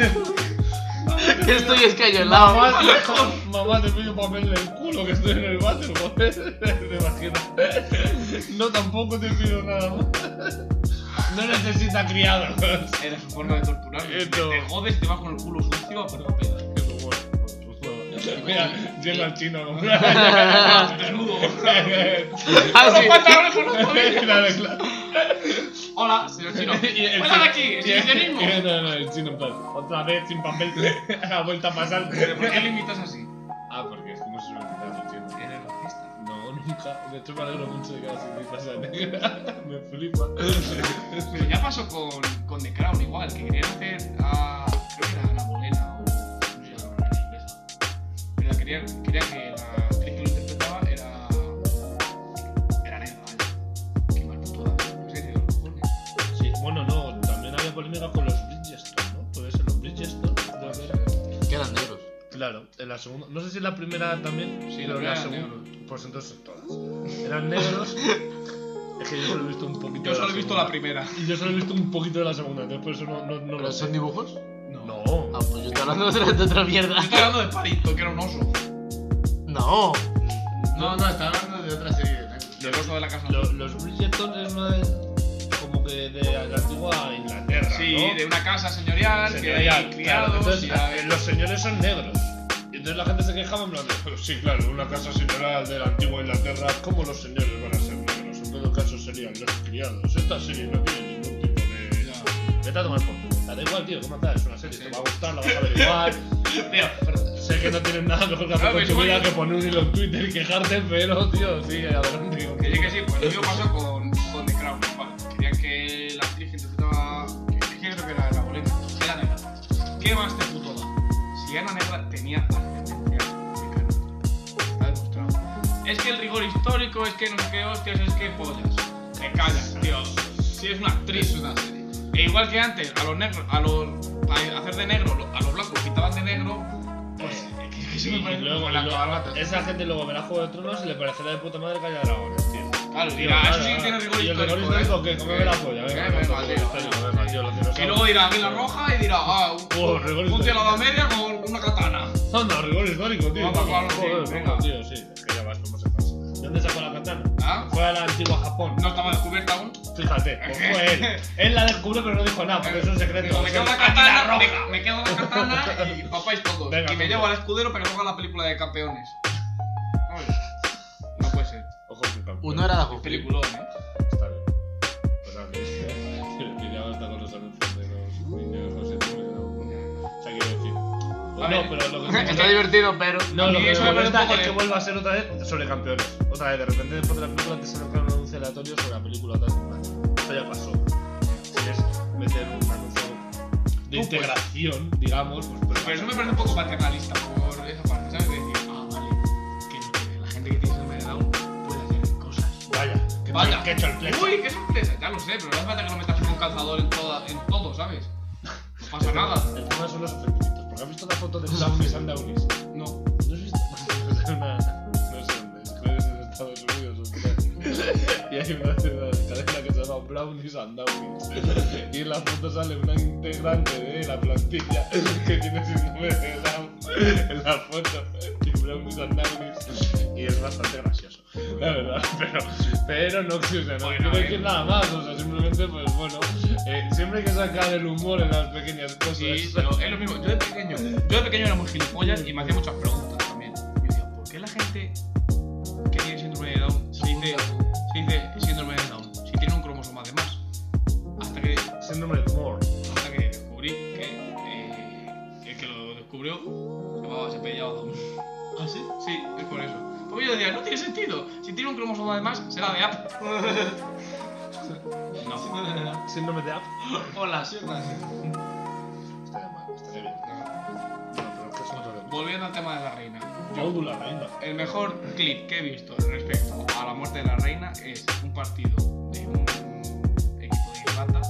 Speaker 4: Estoy escayolado.
Speaker 3: Mamá, te- mamá, te pido papel en el culo que estoy en el váter, joder. ¿Te imaginas? No, tampoco te pido nada más. No necesita criados.
Speaker 1: Era su forma de torturarme. Si
Speaker 3: Esto.
Speaker 1: Te jodes, te vas con el culo sucio a por pedo.
Speaker 3: Mira, llega el chino a
Speaker 4: Ah,
Speaker 1: Desnudo.
Speaker 4: Así.
Speaker 1: pantalones con los tobillos.
Speaker 3: Claro, claro.
Speaker 1: Hola, señor chino.
Speaker 3: Y el
Speaker 1: Fuera de
Speaker 3: chino-
Speaker 1: aquí,
Speaker 3: y el-
Speaker 1: silicionismo.
Speaker 3: No, no, el chino en plan, Otra vez sin papel. Ha vuelto a pasar.
Speaker 1: ¿Pero por qué le imitas así?
Speaker 3: Ah, porque es como si me invitase chino.
Speaker 1: Eres racista.
Speaker 3: No, nunca. De hecho, me alegro mucho de que ahora se invita esa negra. Me flipa.
Speaker 1: Pero ya pasó con, con The Crown igual, que querían hacer a. Creo que era Ana Bolena o. No sé, la verdad, era inglesa. Pero la querían, querían que la actriz que lo interpretaba era. Era negra, vaya. Qué mal putada. ¿En serio? los cojones.
Speaker 3: Sí, bueno, no. También había polémica con los Bridgestone, ¿no? Puede ser los Bridgestone. de ver.
Speaker 4: Que eran negros.
Speaker 3: Ah, Claro, en la segunda. No sé si en la primera también.
Speaker 1: Sí,
Speaker 3: pero
Speaker 1: la
Speaker 3: en la
Speaker 1: primera
Speaker 3: segunda.
Speaker 1: eran
Speaker 3: Pues entonces todas. Eran negros. es que yo solo he visto un poquito.
Speaker 1: Yo
Speaker 3: de
Speaker 1: solo he visto la
Speaker 3: segunda.
Speaker 1: primera.
Speaker 3: Y yo solo he visto un poquito de la segunda, entonces por eso no, no, no lo
Speaker 4: ¿Pero
Speaker 3: sé.
Speaker 4: son dibujos?
Speaker 3: No.
Speaker 4: Ah, pues yo estoy hablando de otra, de otra mierda.
Speaker 1: Yo estoy hablando de Paddington, que era un oso.
Speaker 4: No.
Speaker 6: No, no, está hablando de otra serie de negros.
Speaker 1: El oso de la casa.
Speaker 3: Lo- los Bridgestone es una de- como que de la antigua Inglaterra.
Speaker 1: Sí,
Speaker 3: ¿no?
Speaker 1: de una casa señorial,
Speaker 3: Señoría,
Speaker 1: que hay
Speaker 3: claro,
Speaker 1: criados
Speaker 3: entonces,
Speaker 1: y a-
Speaker 3: eh, los señores son negros. Y entonces la gente se quejaba en plan, de, pero sí, claro, una casa señorial de la antigua Inglaterra, ¿cómo los señores van a ser negros? En todo caso serían los criados. Esta serie no tiene ningún tipo de... Vete a tomar por culo. Da igual, tío, ¿cómo estás? Es una serie,
Speaker 1: Sí.
Speaker 3: te va a gustar, la vas a averiguar.
Speaker 1: Tío,
Speaker 3: sé que no tienes nada mejor que hacer
Speaker 1: Claro,
Speaker 3: con
Speaker 1: me
Speaker 3: tu
Speaker 1: suena.
Speaker 3: vida que poner un hilo en Twitter y quejarte, pero, tío, sí, adelante.
Speaker 1: que sí, que sí, pues lo mismo pasó con, con The Crown. igual. Querían que la actriz que interpretaba. que- que creo que era la boleta, era negra. ¿Qué más te puto da? Si Ana Negra tenía ascendencia africana. Está demostrado. Es que el rigor histórico, es que no sé qué hostias, es que pollas. Te callas, tío. Si es una actriz,
Speaker 4: Es una serie.
Speaker 1: E igual que antes, a los negros, a los. a hacer de negro, lo- a los blancos pintaban de negro, pues.
Speaker 3: Eh,
Speaker 1: que, que sí
Speaker 3: Y
Speaker 1: me parece.
Speaker 3: luego,
Speaker 4: las
Speaker 3: y luego-
Speaker 4: cabalgatas.
Speaker 3: esa gente luego verá Juego de Tronos y le parecerá de puta madre que haya dragones, tío.
Speaker 1: Claro,
Speaker 3: Tío,
Speaker 1: dirá,
Speaker 3: claro,
Speaker 1: eso sí que
Speaker 3: claro.
Speaker 1: tiene rigor
Speaker 3: ¿Y el
Speaker 1: histórico.
Speaker 3: rigor histórico
Speaker 1: ¿eh?
Speaker 3: qué? Come la polla,
Speaker 1: Eh,
Speaker 3: venga,
Speaker 1: venga,
Speaker 3: venga,
Speaker 1: tío,
Speaker 3: histórico,
Speaker 1: venga.
Speaker 3: venga, tío, lo tienes
Speaker 1: Y
Speaker 3: ahora.
Speaker 1: luego dirá Águila Roja y dirá, ah, un,
Speaker 3: Oh,
Speaker 1: un
Speaker 3: rigor
Speaker 1: tío a la
Speaker 3: histórico.
Speaker 1: media con una katana.
Speaker 3: Anda, rigor histórico, tío.
Speaker 1: Vamos, claro, sí,
Speaker 3: Joder,
Speaker 1: venga.
Speaker 3: tío, sí. Es que ya vas como se pasa. ¿De dónde sacó la katana?
Speaker 1: ¿Ah?
Speaker 3: Fue a la antigua Japón.
Speaker 1: No estaba descubierta aún.
Speaker 3: Fíjate, pues fue él. Él la descubrió, pero no dijo nada, porque es un secreto.
Speaker 1: Digo, me quedo la katana, me, me quedo la katana y papáis todos.
Speaker 3: Venga,
Speaker 1: y me
Speaker 3: venga.
Speaker 1: llevo al escudero para que ponga la película de campeones. Oye, No puede ser.
Speaker 3: Ojo, que campeón.
Speaker 4: Uno era Dajo.
Speaker 1: Peliculón, eh.
Speaker 3: Está bien. Pues nada, que- que ya basta con los anuncios de los niños, no sé, no. O sea, quiero decir. Pues
Speaker 1: A
Speaker 3: no,
Speaker 1: ver.
Speaker 3: pero lo que
Speaker 4: Está divertido, pero.
Speaker 3: No, lo
Speaker 1: Y
Speaker 3: que me
Speaker 1: eso me parece un
Speaker 3: molesta
Speaker 1: poco
Speaker 3: es que
Speaker 1: de-
Speaker 3: vuelva a ser otra vez sobre campeones. Otra vez, de repente después de la película te sale un anuncio aleatorio sobre la película tal y cual. Eso ya pasó. Si es meter un anuncio de
Speaker 1: Tú, pues.
Speaker 3: integración, digamos, pues
Speaker 1: Pero eso me parece un poco paternalista por esa parte, ¿sabes? De decir, ah, vale, que, que la gente que tiene síndrome de Down puede hacer cosas.
Speaker 3: Vaya, que
Speaker 1: Vaya.
Speaker 3: que sorpresa.
Speaker 1: Uy, qué sorpresa, ya lo sé, pero no hace falta que lo metas con un calzador en, toda, en todo, ¿sabes? No pasa nada.
Speaker 3: El tema son los efectitos. Porque has visto la foto de Downies and Downies.
Speaker 1: No.
Speaker 3: ¿No has visto? Es una. No sé dónde, es creo que es en Estados Unidos. o sea. Y hay una ciudad de cadena que se llama Brownies and Downies. Y en la foto sale una integrante de la plantilla que tiene síndrome de Down en la foto. Y Brownies and Downies. Y es bastante gracioso. La verdad, pero, pero no, o sea, no
Speaker 1: Bueno,
Speaker 3: quiero
Speaker 1: eh.
Speaker 3: decir nada más, o sea, simplemente, pues bueno, eh, siempre hay que sacar el humor en las pequeñas cosas.
Speaker 1: Sí, pero es lo mismo. Yo de pequeño, yo de pequeño era muy gilipollas y me hacía muchas preguntas también. Yo decía, ¿por qué la gente que tiene síndrome de Down se dice, se dice síndrome de Down? Si tiene un cromosoma de más. Hasta que
Speaker 3: Síndrome de Moore.
Speaker 1: hasta que descubrí que eh, el que lo descubrió se llamaba, se apellidaba Down.
Speaker 4: ¿Ah, sí?
Speaker 1: Sí, es por eso. Porque yo decía, no tiene sentido. Si tiene un cromosoma de más, será de app. No.
Speaker 3: Síndrome de App.
Speaker 4: Hola, sí, hola.
Speaker 3: Estaría mal, estaría bien. No, pero es otro de
Speaker 1: Volviendo al tema de la reina.
Speaker 3: Yo, la reina.
Speaker 1: El mejor clip que he visto respecto a la muerte de la reina es un partido de un equipo de Irlanda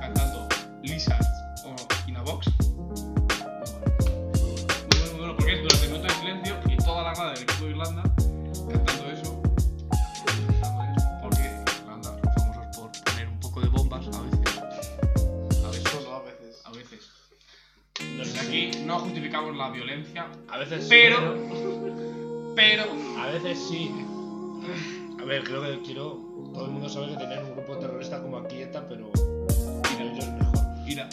Speaker 1: cantando Lizards o In a Box. Muy bueno, muy bueno, porque es durante el minuto de silencio y toda la grada del equipo de Irlanda cantando eso. justificamos la violencia,
Speaker 3: A veces sí,
Speaker 1: pero. Pero.
Speaker 3: pero- A veces sí. A ver, creo que quiero. Todo el mundo sabe que tener un grupo terrorista como Aquieta, pero. Mira, ellos mejor.
Speaker 1: Mira,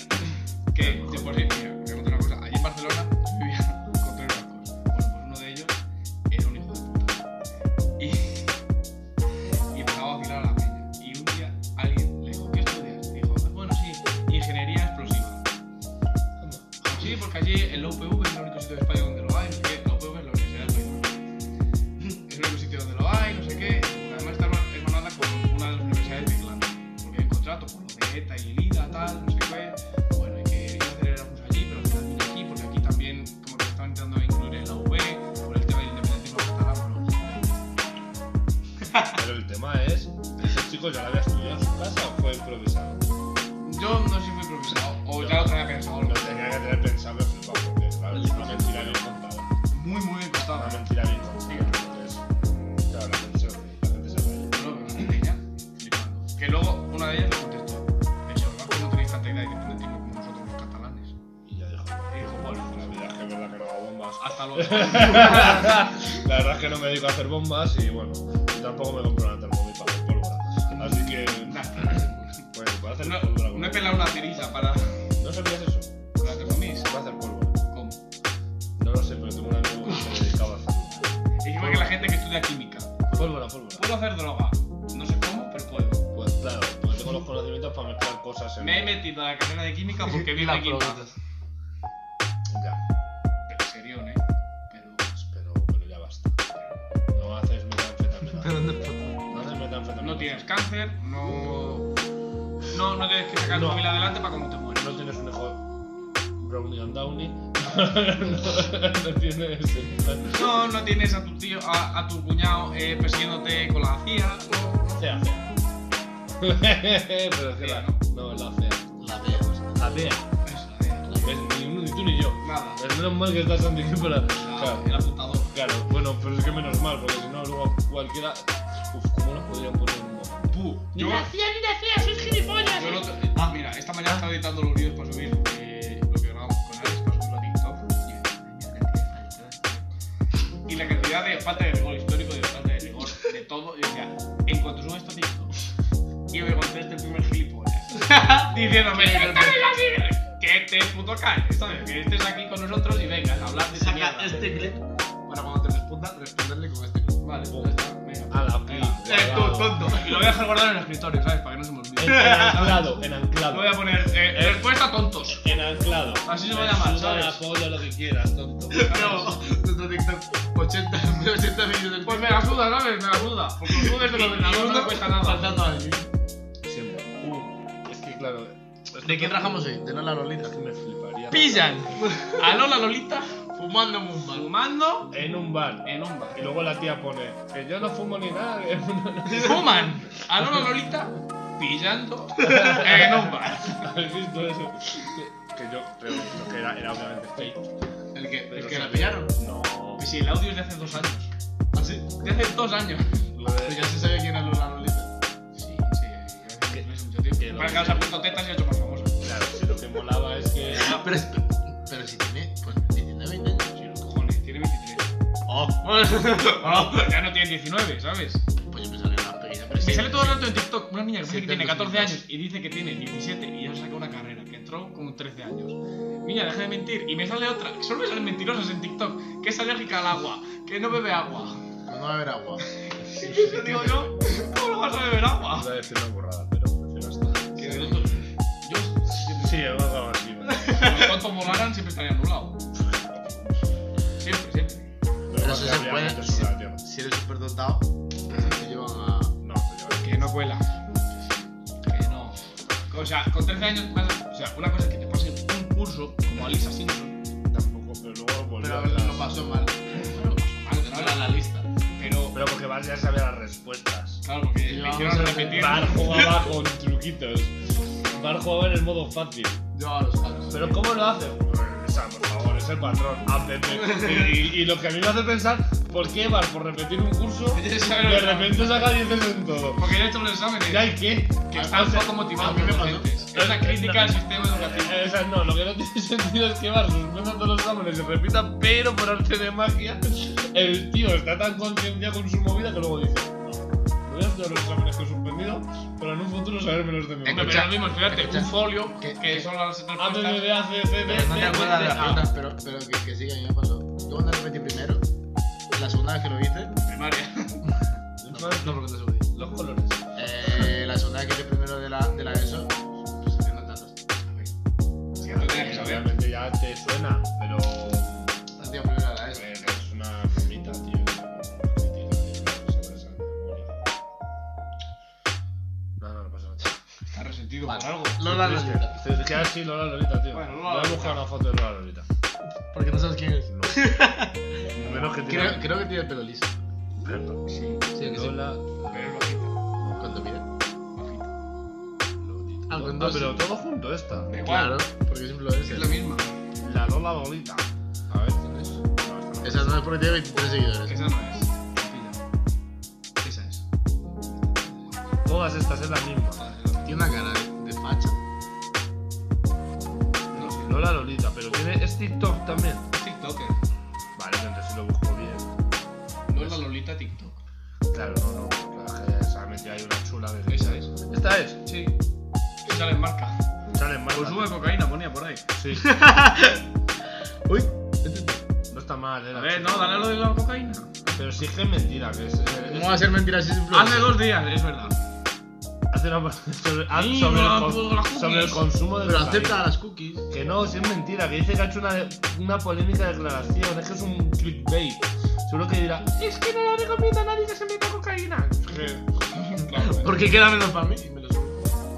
Speaker 1: que de por sí, mira, voy a contar una cosa. Allí en Barcelona yo vivía con tres bancos. Bueno, pues uno de ellos era un hijo de puta. Y, y empezaba a vacilar a la peña. Y un día alguien le dijo, ¿qué estudias? Y dijo, bueno, sí, ingeniería explosiva. Sí, porque allí en la UPV es el único sitio de España donde lo hay, no sé qué. La UPV es la Universidad del País Vasco. Es el único sitio donde lo hay, no sé qué. Además está herma- hermanada con una de las universidades de Irlanda. Porque hay contrato con los de ETA y el IDA, tal, no sé qué. Bueno, y que iba a hacer Erasmus allí, pero al final vine aquí, porque aquí también como que estaban intentando incluir en la UV, por el tema del independentismo catalán, bueno.
Speaker 3: Pero el tema es. ¿Ese chico ya lo había estudiado en su casa o fue improvisado?
Speaker 1: Yo no sé si fui improvisado, o ya lo traía pensado,
Speaker 3: Lo
Speaker 1: algo.
Speaker 3: tenía que tener pensado y flipado, porque, claro, es una mentira bien contada.
Speaker 1: muy, muy bien
Speaker 3: Una
Speaker 1: costado.
Speaker 3: mentira bien contada. Entonces, claro, la gente se ríe, la gente se ríe.
Speaker 1: Bueno, pero la peña, flipando. Que luego una de ellas le contestó, que si los vascos no tenéis tanta idea de independentismo como nosotros los catalanes.
Speaker 3: Y ya dijo.
Speaker 1: Y dijo, bueno, pues,
Speaker 3: La verdad es que es verdad que no hago bombas.
Speaker 1: hasta luego.
Speaker 3: La verdad es que no me dedico a hacer bombas y bueno, tampoco me compro una Thermomix para hacer pólvora. Así que, bueno, para hacer
Speaker 1: No,
Speaker 3: pólvora.
Speaker 1: no he
Speaker 3: bueno.
Speaker 1: pelado una tiriza para
Speaker 3: ¿No sabías eso?
Speaker 1: la Thermomix.
Speaker 3: Para hacer pólvora.
Speaker 1: ¿Cómo?
Speaker 3: No lo sé, pero tengo un amigo que se dedicaba a hacer
Speaker 1: Es igual que la gente que estudia química.
Speaker 3: pólvora, pólvora.
Speaker 1: Puedo hacer droga. No sé cómo, pero puedo.
Speaker 3: Pues claro, porque tengo los conocimientos para mezclar cosas en.
Speaker 1: Me he metido a la carrera de química porque vi la
Speaker 4: Las
Speaker 1: química.
Speaker 4: preguntas.
Speaker 3: Ya,
Speaker 1: Pero serio, ¿eh? Pero
Speaker 3: pero, pero ya basta. No haces
Speaker 4: Pero
Speaker 3: metanfetamina.
Speaker 4: no es puto.
Speaker 3: No haces metanfetamina.
Speaker 1: no tienes cáncer, no. No, no tienes que sacar tu
Speaker 3: No.
Speaker 1: familia adelante para cuando te mueres.
Speaker 3: No tienes un hijo Brownie and Downey. no, no tienes.
Speaker 1: No, no tienes a tu tío, a, a tu cuñado eh, persiguiéndote con la CIA.
Speaker 3: Fea, fea. Pero es que la. No, es la fea.
Speaker 4: La veo. o sea.
Speaker 3: La fea.
Speaker 1: Eso, eh,
Speaker 3: La fea. Ni uno, ni tú ni yo.
Speaker 1: Nada.
Speaker 3: Pero menos mal que estás en para.
Speaker 1: Ah,
Speaker 3: Claro,
Speaker 1: El apuntador.
Speaker 3: claro. Bueno, pero es que menos mal, porque si no, luego cualquiera. Uf, ¿cómo nos podrían poner un mono?
Speaker 1: Puh, yo,
Speaker 2: ni la CIA, sois gilipollas!
Speaker 1: yo el otro- Ah, mira, esta mañana estaba editando los vídeos para subir eh, lo que grabamos con Alex para subirlo a TikTok. Y me decía, "Ay, mira, la cantidad de faltas". Y la cantidad de falta de rigor histórico, de falta de rigor, de todo. Y decía, en cuanto suba esto a TikTok, y me conteste el primer gilipollas. Diciéndome, que te puto calles, ¿sabes? Que estés aquí con nosotros y vengas a hablar de esa mierda.
Speaker 4: Saca este clip para cuando te responda, responderle con este clip.
Speaker 1: Vale, pues ya está, venga.
Speaker 4: Ah,
Speaker 3: A la
Speaker 1: Venga. Eh, tú, tonto. Y lo voy a dejar guardado en el escritorio, ¿sabes? Para que no se me olvide.
Speaker 3: En anclado, en
Speaker 1: Lo voy a
Speaker 3: anclado.
Speaker 1: poner eh,
Speaker 3: Eh.
Speaker 1: respuesta tontos.
Speaker 3: En anclado.
Speaker 1: Así se va a llamar,
Speaker 3: Me suda
Speaker 1: ¿sabes?
Speaker 3: la polla lo que quieras, tonto.
Speaker 4: Pero nuestro TikTok, 80, 80 millones de
Speaker 1: Pues me la suda, ¿sabes? Me la suda. Porque los sudes del ordenador no me cuesta nada.
Speaker 4: Faltando a alguien.
Speaker 3: Siempre. Uh, es que claro.
Speaker 4: ¿De qué trajamos hoy? De Lola Lolita.
Speaker 3: Me fliparía.
Speaker 1: Pillan a Lola Lolita
Speaker 4: Fumando un mal.
Speaker 1: fumando
Speaker 3: En un bar.
Speaker 1: en un bar.
Speaker 3: Y luego la tía pone, que yo no fumo ni nada. que-
Speaker 1: Fuman a Lola Lolita pillando en un bar.
Speaker 3: ¿Habéis visto eso? Que, que yo, pero esto que era, era obviamente fake.
Speaker 4: ¿El que, el
Speaker 3: Pero
Speaker 4: que
Speaker 3: sí.
Speaker 4: la pillaron?
Speaker 3: No.
Speaker 1: Pues sí, el audio es de hace dos años.
Speaker 4: ¿Ah, sí?
Speaker 1: De hace dos años.
Speaker 3: Lo
Speaker 4: Pero
Speaker 3: de...
Speaker 4: ya se sabe quién era Lola Lolita.
Speaker 1: Sí, sí.
Speaker 3: Que-
Speaker 1: no es mucho tiempo.
Speaker 3: que lo-
Speaker 1: Para que os ha puesto tetas y ha hecho más famosa.
Speaker 3: Claro, si lo que molaba es que...
Speaker 4: Ah, pero, es- pero si tiene, pues, 19, 20 años.
Speaker 1: Sí, los cojones, tiene 23.
Speaker 4: Oh,
Speaker 1: Bueno, ya no tiene 19, ¿sabes?
Speaker 4: pues yo pensaba que era más pequeña. Pero
Speaker 1: Me
Speaker 4: sí.
Speaker 1: sale todo el rato en TikTok una niña que parece que
Speaker 4: Sí,
Speaker 1: tiene
Speaker 4: del
Speaker 1: 14
Speaker 4: 2002.
Speaker 1: años y dice que tiene 17 y ya saca una carrera, que entró con 13 años. Niña, deja de mentir. Y me sale otra, solo me salen mentirosas en TikTok, que es alérgica al agua, que no bebe agua.
Speaker 4: No va a haber agua.
Speaker 1: Y yo digo yo, ¿cómo no vas a beber agua?
Speaker 3: Iba a decir una burrada, pero prefiero hasta...
Speaker 1: Que de otro- yo,
Speaker 3: Sí, algo algo así. ¿no?
Speaker 1: si cuanto volaran, siempre estaría anulado. Siempre, siempre.
Speaker 4: Pero eso se puede-
Speaker 3: Obviamente es una tierra.
Speaker 4: Si eres súper dotado, te llevan a.
Speaker 3: No, te llevas.
Speaker 1: Que no cuela. Que no. O sea, con 13 años, vas a- o sea, una cosa es que te pasen un curso como Alisa Simpson.
Speaker 3: Tampoco, pero luego volvió
Speaker 4: Pero
Speaker 3: a
Speaker 4: a ver,
Speaker 3: hablar.
Speaker 4: no pasó mal.
Speaker 1: Bueno, mal, que no era la lista. Pero
Speaker 3: Pero porque Bar ya sabía las respuestas.
Speaker 1: Claro, porque
Speaker 4: Y
Speaker 1: me
Speaker 4: vamos
Speaker 1: hicieron
Speaker 4: a
Speaker 1: repetir.
Speaker 3: Bar jugaba con truquitos. Bar jugaba en el modo fácil.
Speaker 4: Yo a los palos.
Speaker 3: ¿Pero cómo lo hace? Pues pensar, por favor, es el patrón. Hábleme.
Speaker 2: Y, y lo que a mí me hace pensar, ¿por qué Evar, por repetir un curso,
Speaker 1: Ya saben
Speaker 2: de
Speaker 1: lo que-
Speaker 2: repente saca 10 en todo?
Speaker 1: Porque ya he hecho los exámenes.
Speaker 2: ¿Ya y qué?
Speaker 1: eh, que
Speaker 2: Ah,
Speaker 1: están
Speaker 2: o sea,
Speaker 1: poco motivados
Speaker 4: a mí me
Speaker 1: los
Speaker 4: pasó.
Speaker 1: docentes. Es la crítica al sistema educativo.
Speaker 2: eh, o sea, no, lo que no tiene sentido es que Evar suspenda todos los exámenes y repita, pero por arte de magia, el tío está tan concienciado con su movida que luego dice, no, voy a estudiar los exámenes que he suspendido, pero en un futuro saberme los de mi
Speaker 1: Hombre,
Speaker 2: memoria".
Speaker 1: pero ahora mismo, espérate,
Speaker 4: escucha.
Speaker 1: un folio
Speaker 4: Que-
Speaker 1: que, Ah,
Speaker 4: que-
Speaker 1: son las
Speaker 2: A, B, B,
Speaker 1: respuestas.
Speaker 2: B, A, C, C, D, E,
Speaker 4: Pero no
Speaker 2: D,
Speaker 4: te
Speaker 2: D,
Speaker 4: acuerdas de
Speaker 2: D,
Speaker 4: las
Speaker 2: A.
Speaker 4: preguntas, pero, pero que, que sí, que a mí me pasó. Yo cuando repetí primero, la segunda vez que lo hice,
Speaker 1: Primaria.
Speaker 4: no, no porque te subí.
Speaker 2: Los colores.
Speaker 4: Eh, la segunda vez que hice primero de la, de la ESO, pues haciendo tantas.
Speaker 1: Si no tenías que saber.
Speaker 3: Obviamente ya te suena, pero.
Speaker 4: Hacía primero de la ESO.
Speaker 3: Es es una formita, tío. No, no, no pasa nada.
Speaker 1: Está resentido
Speaker 4: Vale.
Speaker 1: por algo.
Speaker 4: Lola
Speaker 3: Triste.
Speaker 4: Lolita.
Speaker 3: Te te quedas sin Lola Lolita, tío.
Speaker 1: Bueno, Lola
Speaker 3: Voy a
Speaker 1: Lolita.
Speaker 3: buscar una foto de Lola Lolita.
Speaker 4: Porque no sabes quién es.
Speaker 3: No. A menos que
Speaker 4: Creo,
Speaker 3: tiene.
Speaker 4: creo que tiene el pelo liso.
Speaker 3: Perdón.
Speaker 4: Sí, sí, que sí.
Speaker 3: Lola.
Speaker 1: Pero es bajita.
Speaker 4: ¿Cuánto mide?
Speaker 1: Bajita.
Speaker 3: Ah,
Speaker 4: Algo en dos.
Speaker 3: pero todo junto esta.
Speaker 1: Da
Speaker 4: Claro,
Speaker 1: igual.
Speaker 4: porque es influencer.
Speaker 1: Es la misma.
Speaker 3: La Lola Lolita. A ver, ¿quién es? No, esta no.
Speaker 4: Esa no es porque tiene 23 seguidores.
Speaker 1: Esa no es. Bajita. Esa es.
Speaker 3: Todas estas es la misma.
Speaker 4: Ah, Tiene una cara de, de facha.
Speaker 1: No sé.
Speaker 3: Lola Lolita, pero tiene. Es TikTok también.
Speaker 1: Es TikToker.
Speaker 3: Vale, entonces sí lo busco bien.
Speaker 1: No es la Lolita TikTok.
Speaker 3: Claro, no, no, porque se ha metido ahí una chula de
Speaker 1: Esa es.
Speaker 3: Esta es.
Speaker 1: Sí. Que sale en marca.
Speaker 3: Sale mal.
Speaker 1: Consumo de Pues cocaína, ponía por ahí.
Speaker 3: Sí,
Speaker 4: Uy,
Speaker 3: no está mal, eh. la
Speaker 1: A ver,
Speaker 3: chica.
Speaker 1: no, dale lo de la cocaína.
Speaker 3: Pero sí que es mentira, que es. es-
Speaker 4: ¿cómo va a ser mentira si es
Speaker 1: Hace
Speaker 4: influencer?
Speaker 1: dos días, es verdad.
Speaker 3: Hace una sobre, haz
Speaker 1: Sí,
Speaker 3: sobre,
Speaker 1: no,
Speaker 3: el,
Speaker 1: tú,
Speaker 3: con-
Speaker 1: las cookies.
Speaker 3: sobre el consumo de
Speaker 4: Pero
Speaker 3: cocaína.
Speaker 4: acepta las cookies.
Speaker 3: Que no, si es mentira, que dice que ha hecho una, una polémica declaración, es que es un clickbait. Seguro que dirá, es que no le recomienda a nadie que se meta cocaína. Es que,
Speaker 4: Porque queda menos para mí. Y me lo subo.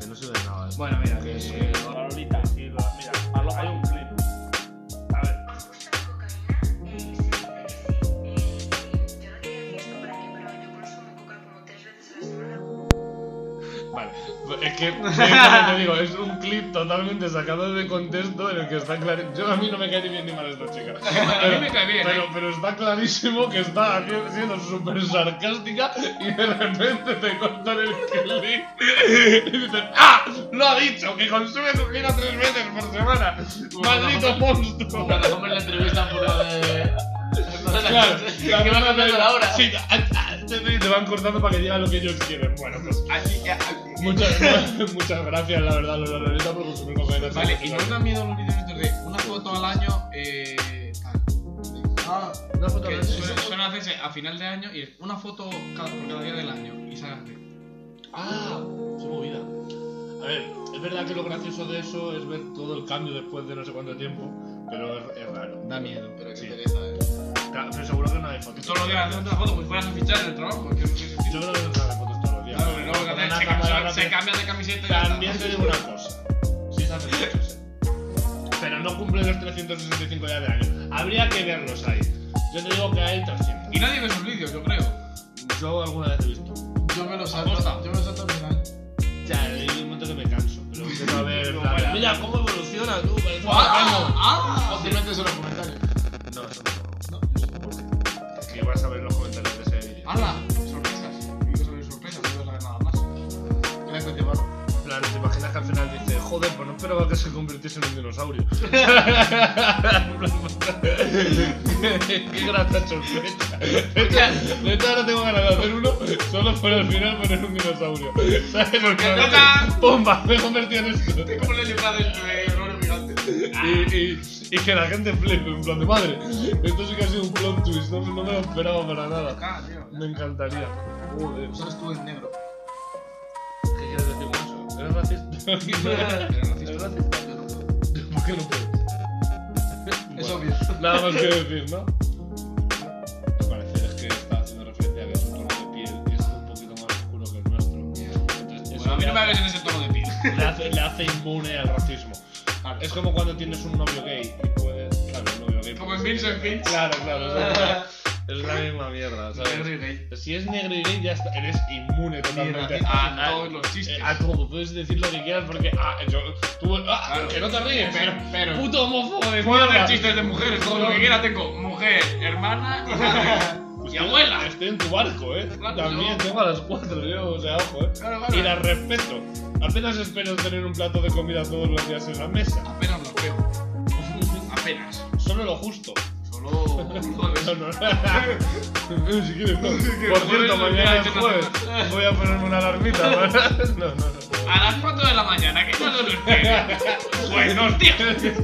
Speaker 3: que no se ve nada. eh.
Speaker 1: Bueno, mira,
Speaker 3: que
Speaker 1: que
Speaker 3: sí.
Speaker 7: La Lolita, sí, la- mira, hazlo- hay un clip. A ver.
Speaker 8: ¿Os gusta la cocaína? Eh, se dice que sí. Eh, yo no quería decir esto por aquí, pero yo consumo coca como tres veces a la semana.
Speaker 2: Vale, es que directamente digo, es un clip totalmente sacado de contexto en el que está clarísimo. Yo a mí no me cae ni bien ni mal esta chica.
Speaker 1: a mí me cae bien.
Speaker 2: Pero,
Speaker 1: ¿eh?
Speaker 2: pero está clarísimo que está aquí siendo súper sarcástica y de repente te cortan el clip y dices, ¡Ah! Lo ha dicho, que consume cocaína tres veces por semana. ¡Maldito monstruo!
Speaker 4: Cuando comen la entrevista por lo de.
Speaker 2: Claro, la
Speaker 4: ¿Qué van a hacer ahora?
Speaker 2: Sí, a- a- te te van cortando para que diga lo que ellos quieren. Bueno, pues
Speaker 1: Así que- ah, así que-
Speaker 2: Muchas, muchas gracias, la verdad, Lola Lolita, por consumir cocaína.
Speaker 1: Vale, y no os dan miedo los vídeos estos de una foto al año, eh. tal.
Speaker 4: Ah, una foto
Speaker 1: Que
Speaker 4: de
Speaker 1: suelen, suelen hacerse a final de año y es una foto cada, por cada día del año y sale antes.
Speaker 2: ¡Ah! ¡Qué movida! A ver, es verdad que lo gracioso de eso es ver todo el cambio después de no sé cuánto tiempo, pero es, es raro.
Speaker 4: Da miedo, pero
Speaker 3: Sí.
Speaker 4: qué pereza, eh.
Speaker 3: Ta- Pero seguro que no hay fotos.
Speaker 1: Todos los días hacen otra foto como si fueras a fichar en el trabajo. que no tiene sentido.
Speaker 3: Yo creo que no sale fotos todos los días.
Speaker 1: Claro, que luego que
Speaker 3: Con
Speaker 1: hacen-
Speaker 3: una
Speaker 1: se,
Speaker 3: cámara
Speaker 1: cambian, se
Speaker 3: rápida.
Speaker 1: cambian de camiseta y ya
Speaker 3: También
Speaker 1: está.
Speaker 3: te digo una cosa. Sí se hacen muchos, eh. Pero no cumple los 365 días del año. Habría que verlos ahí. Yo te digo que hay 300.
Speaker 1: Y nadie ve sus vídeos, yo creo.
Speaker 3: Yo alguna vez he visto.
Speaker 4: Yo me lo
Speaker 1: Aposta.
Speaker 4: salto. Yo me lo salto al final.
Speaker 3: Ya, hay un momento que me canso. Pero empiezo a ver.
Speaker 1: No,
Speaker 3: la-
Speaker 1: vaya.
Speaker 3: Mira cómo evoluciona tú. parece un
Speaker 4: ¡Ah!
Speaker 3: bacano.
Speaker 4: ¡Ah! O te metes en los comentarios.
Speaker 3: No, eso no. Ah, Que vas a ver los comentarios de ese vídeo.
Speaker 1: ¡Hala! Sorpresas. Yo soy sorpresas, no vas a ver nada más.
Speaker 4: Gracias, tío. Pablo.
Speaker 3: En plan, te imaginas que al final dice, joder, pues no esperaba que se convirtiese en un dinosaurio. Qué grata sorpresa. Neta, neta, ahora tengo ganas de hacer uno solo para al final poner un dinosaurio. ¿Sabes? Porque a veces,
Speaker 1: ¡Tata!
Speaker 3: ¡Pumba! Me he convertido en esto.
Speaker 1: Tengo una llevada de eh, error gigante.
Speaker 3: Y, y, y que la gente flipe, en plan de madre. Esto sí que ha sido un plot twist, no, no me lo esperaba para nada.
Speaker 1: Ah, tío.
Speaker 3: Me encantaría. Joder.
Speaker 4: Usas tú el negro.
Speaker 3: ¿Qué quieres decir con eso? ¿Eres racista?
Speaker 1: Era racista.
Speaker 3: ¿Eres racista?
Speaker 4: Yo no puedo.
Speaker 3: ¿Por qué no puedes?
Speaker 4: Es
Speaker 3: Bueno.
Speaker 4: obvio.
Speaker 3: Nada más que decir, ¿no? Al parecer es que está haciendo referencia a que su tono de piel es un poquito más oscuro que el nuestro. Entonces,
Speaker 1: Bueno, a mí no me hagas en ese tono de piel.
Speaker 3: le hace, le hace inmune al racismo.
Speaker 1: Claro.
Speaker 3: Es como cuando tienes un novio gay pues y puedes. Claro, un novio gay.
Speaker 1: Como
Speaker 3: puede
Speaker 1: en
Speaker 3: ser-
Speaker 1: Vincent Finch.
Speaker 3: Claro, claro. o sea, Es la misma mierda,
Speaker 1: Negro
Speaker 3: ¿sabes?
Speaker 1: y gay.
Speaker 3: Si es negro y gay, ya está, eres inmune totalmente
Speaker 1: racista
Speaker 3: a,
Speaker 1: a
Speaker 3: a-
Speaker 1: todos los chistes.
Speaker 3: eh, a todo. Puedes decir lo que quieras porque. Ah, yo, tú, ah,
Speaker 1: Claro.
Speaker 3: que no te ríes,
Speaker 1: Pero, pero.
Speaker 3: Puto homófobo de
Speaker 1: Puedo
Speaker 3: mierda.
Speaker 1: hacer chistes de mujeres, todo lo que quiera tengo. Mujer, hermana y madre. y abuela.
Speaker 3: pues Estoy en tu barco, eh.
Speaker 1: Claro,
Speaker 3: También
Speaker 1: yo-
Speaker 3: tengo a las cuatro, yo, o sea, ojo, eh.
Speaker 1: Claro,
Speaker 3: Y
Speaker 1: claro.
Speaker 3: las respeto. Apenas espero tener un plato de comida todos los días en la mesa.
Speaker 1: Apenas lo veo. Apenas.
Speaker 3: Solo lo justo.
Speaker 1: Solo jueves.
Speaker 3: No, no. si
Speaker 1: quieres,
Speaker 3: quieres, no. Por cierto,
Speaker 1: jueves,
Speaker 3: mañana
Speaker 1: mira,
Speaker 3: es
Speaker 1: que no-
Speaker 3: jueves. Voy a ponerme una alarmita. ¿vale? No, no, no.
Speaker 1: A las 4 de la mañana, que no lo Buenos días.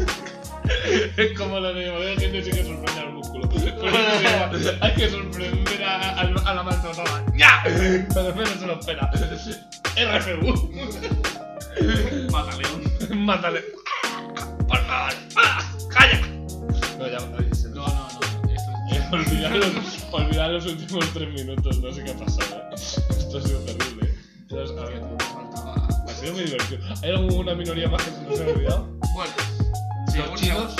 Speaker 3: Es como la de la gente sí que sorprende al músculo. Por eso se llama, hay que sorprender a, a- a la maltratada. ¡Ya! Pero menos se lo espera. RFU.
Speaker 1: Bataleón.
Speaker 3: Mátale. Por favor. ¡Ah! ¡Calla! No, ya, oye, se nos-
Speaker 4: No, no, no. Esto es.
Speaker 3: Eh, olvidad, los, olvidad los últimos tres minutos, no sé qué ha pasado. eh. Esto ha sido terrible. Pero, a ver,
Speaker 1: Faltaba.
Speaker 3: ha sido muy divertido. ¿Hay alguna minoría más que se nos haya olvidado?
Speaker 1: Bueno.
Speaker 3: Los chinos.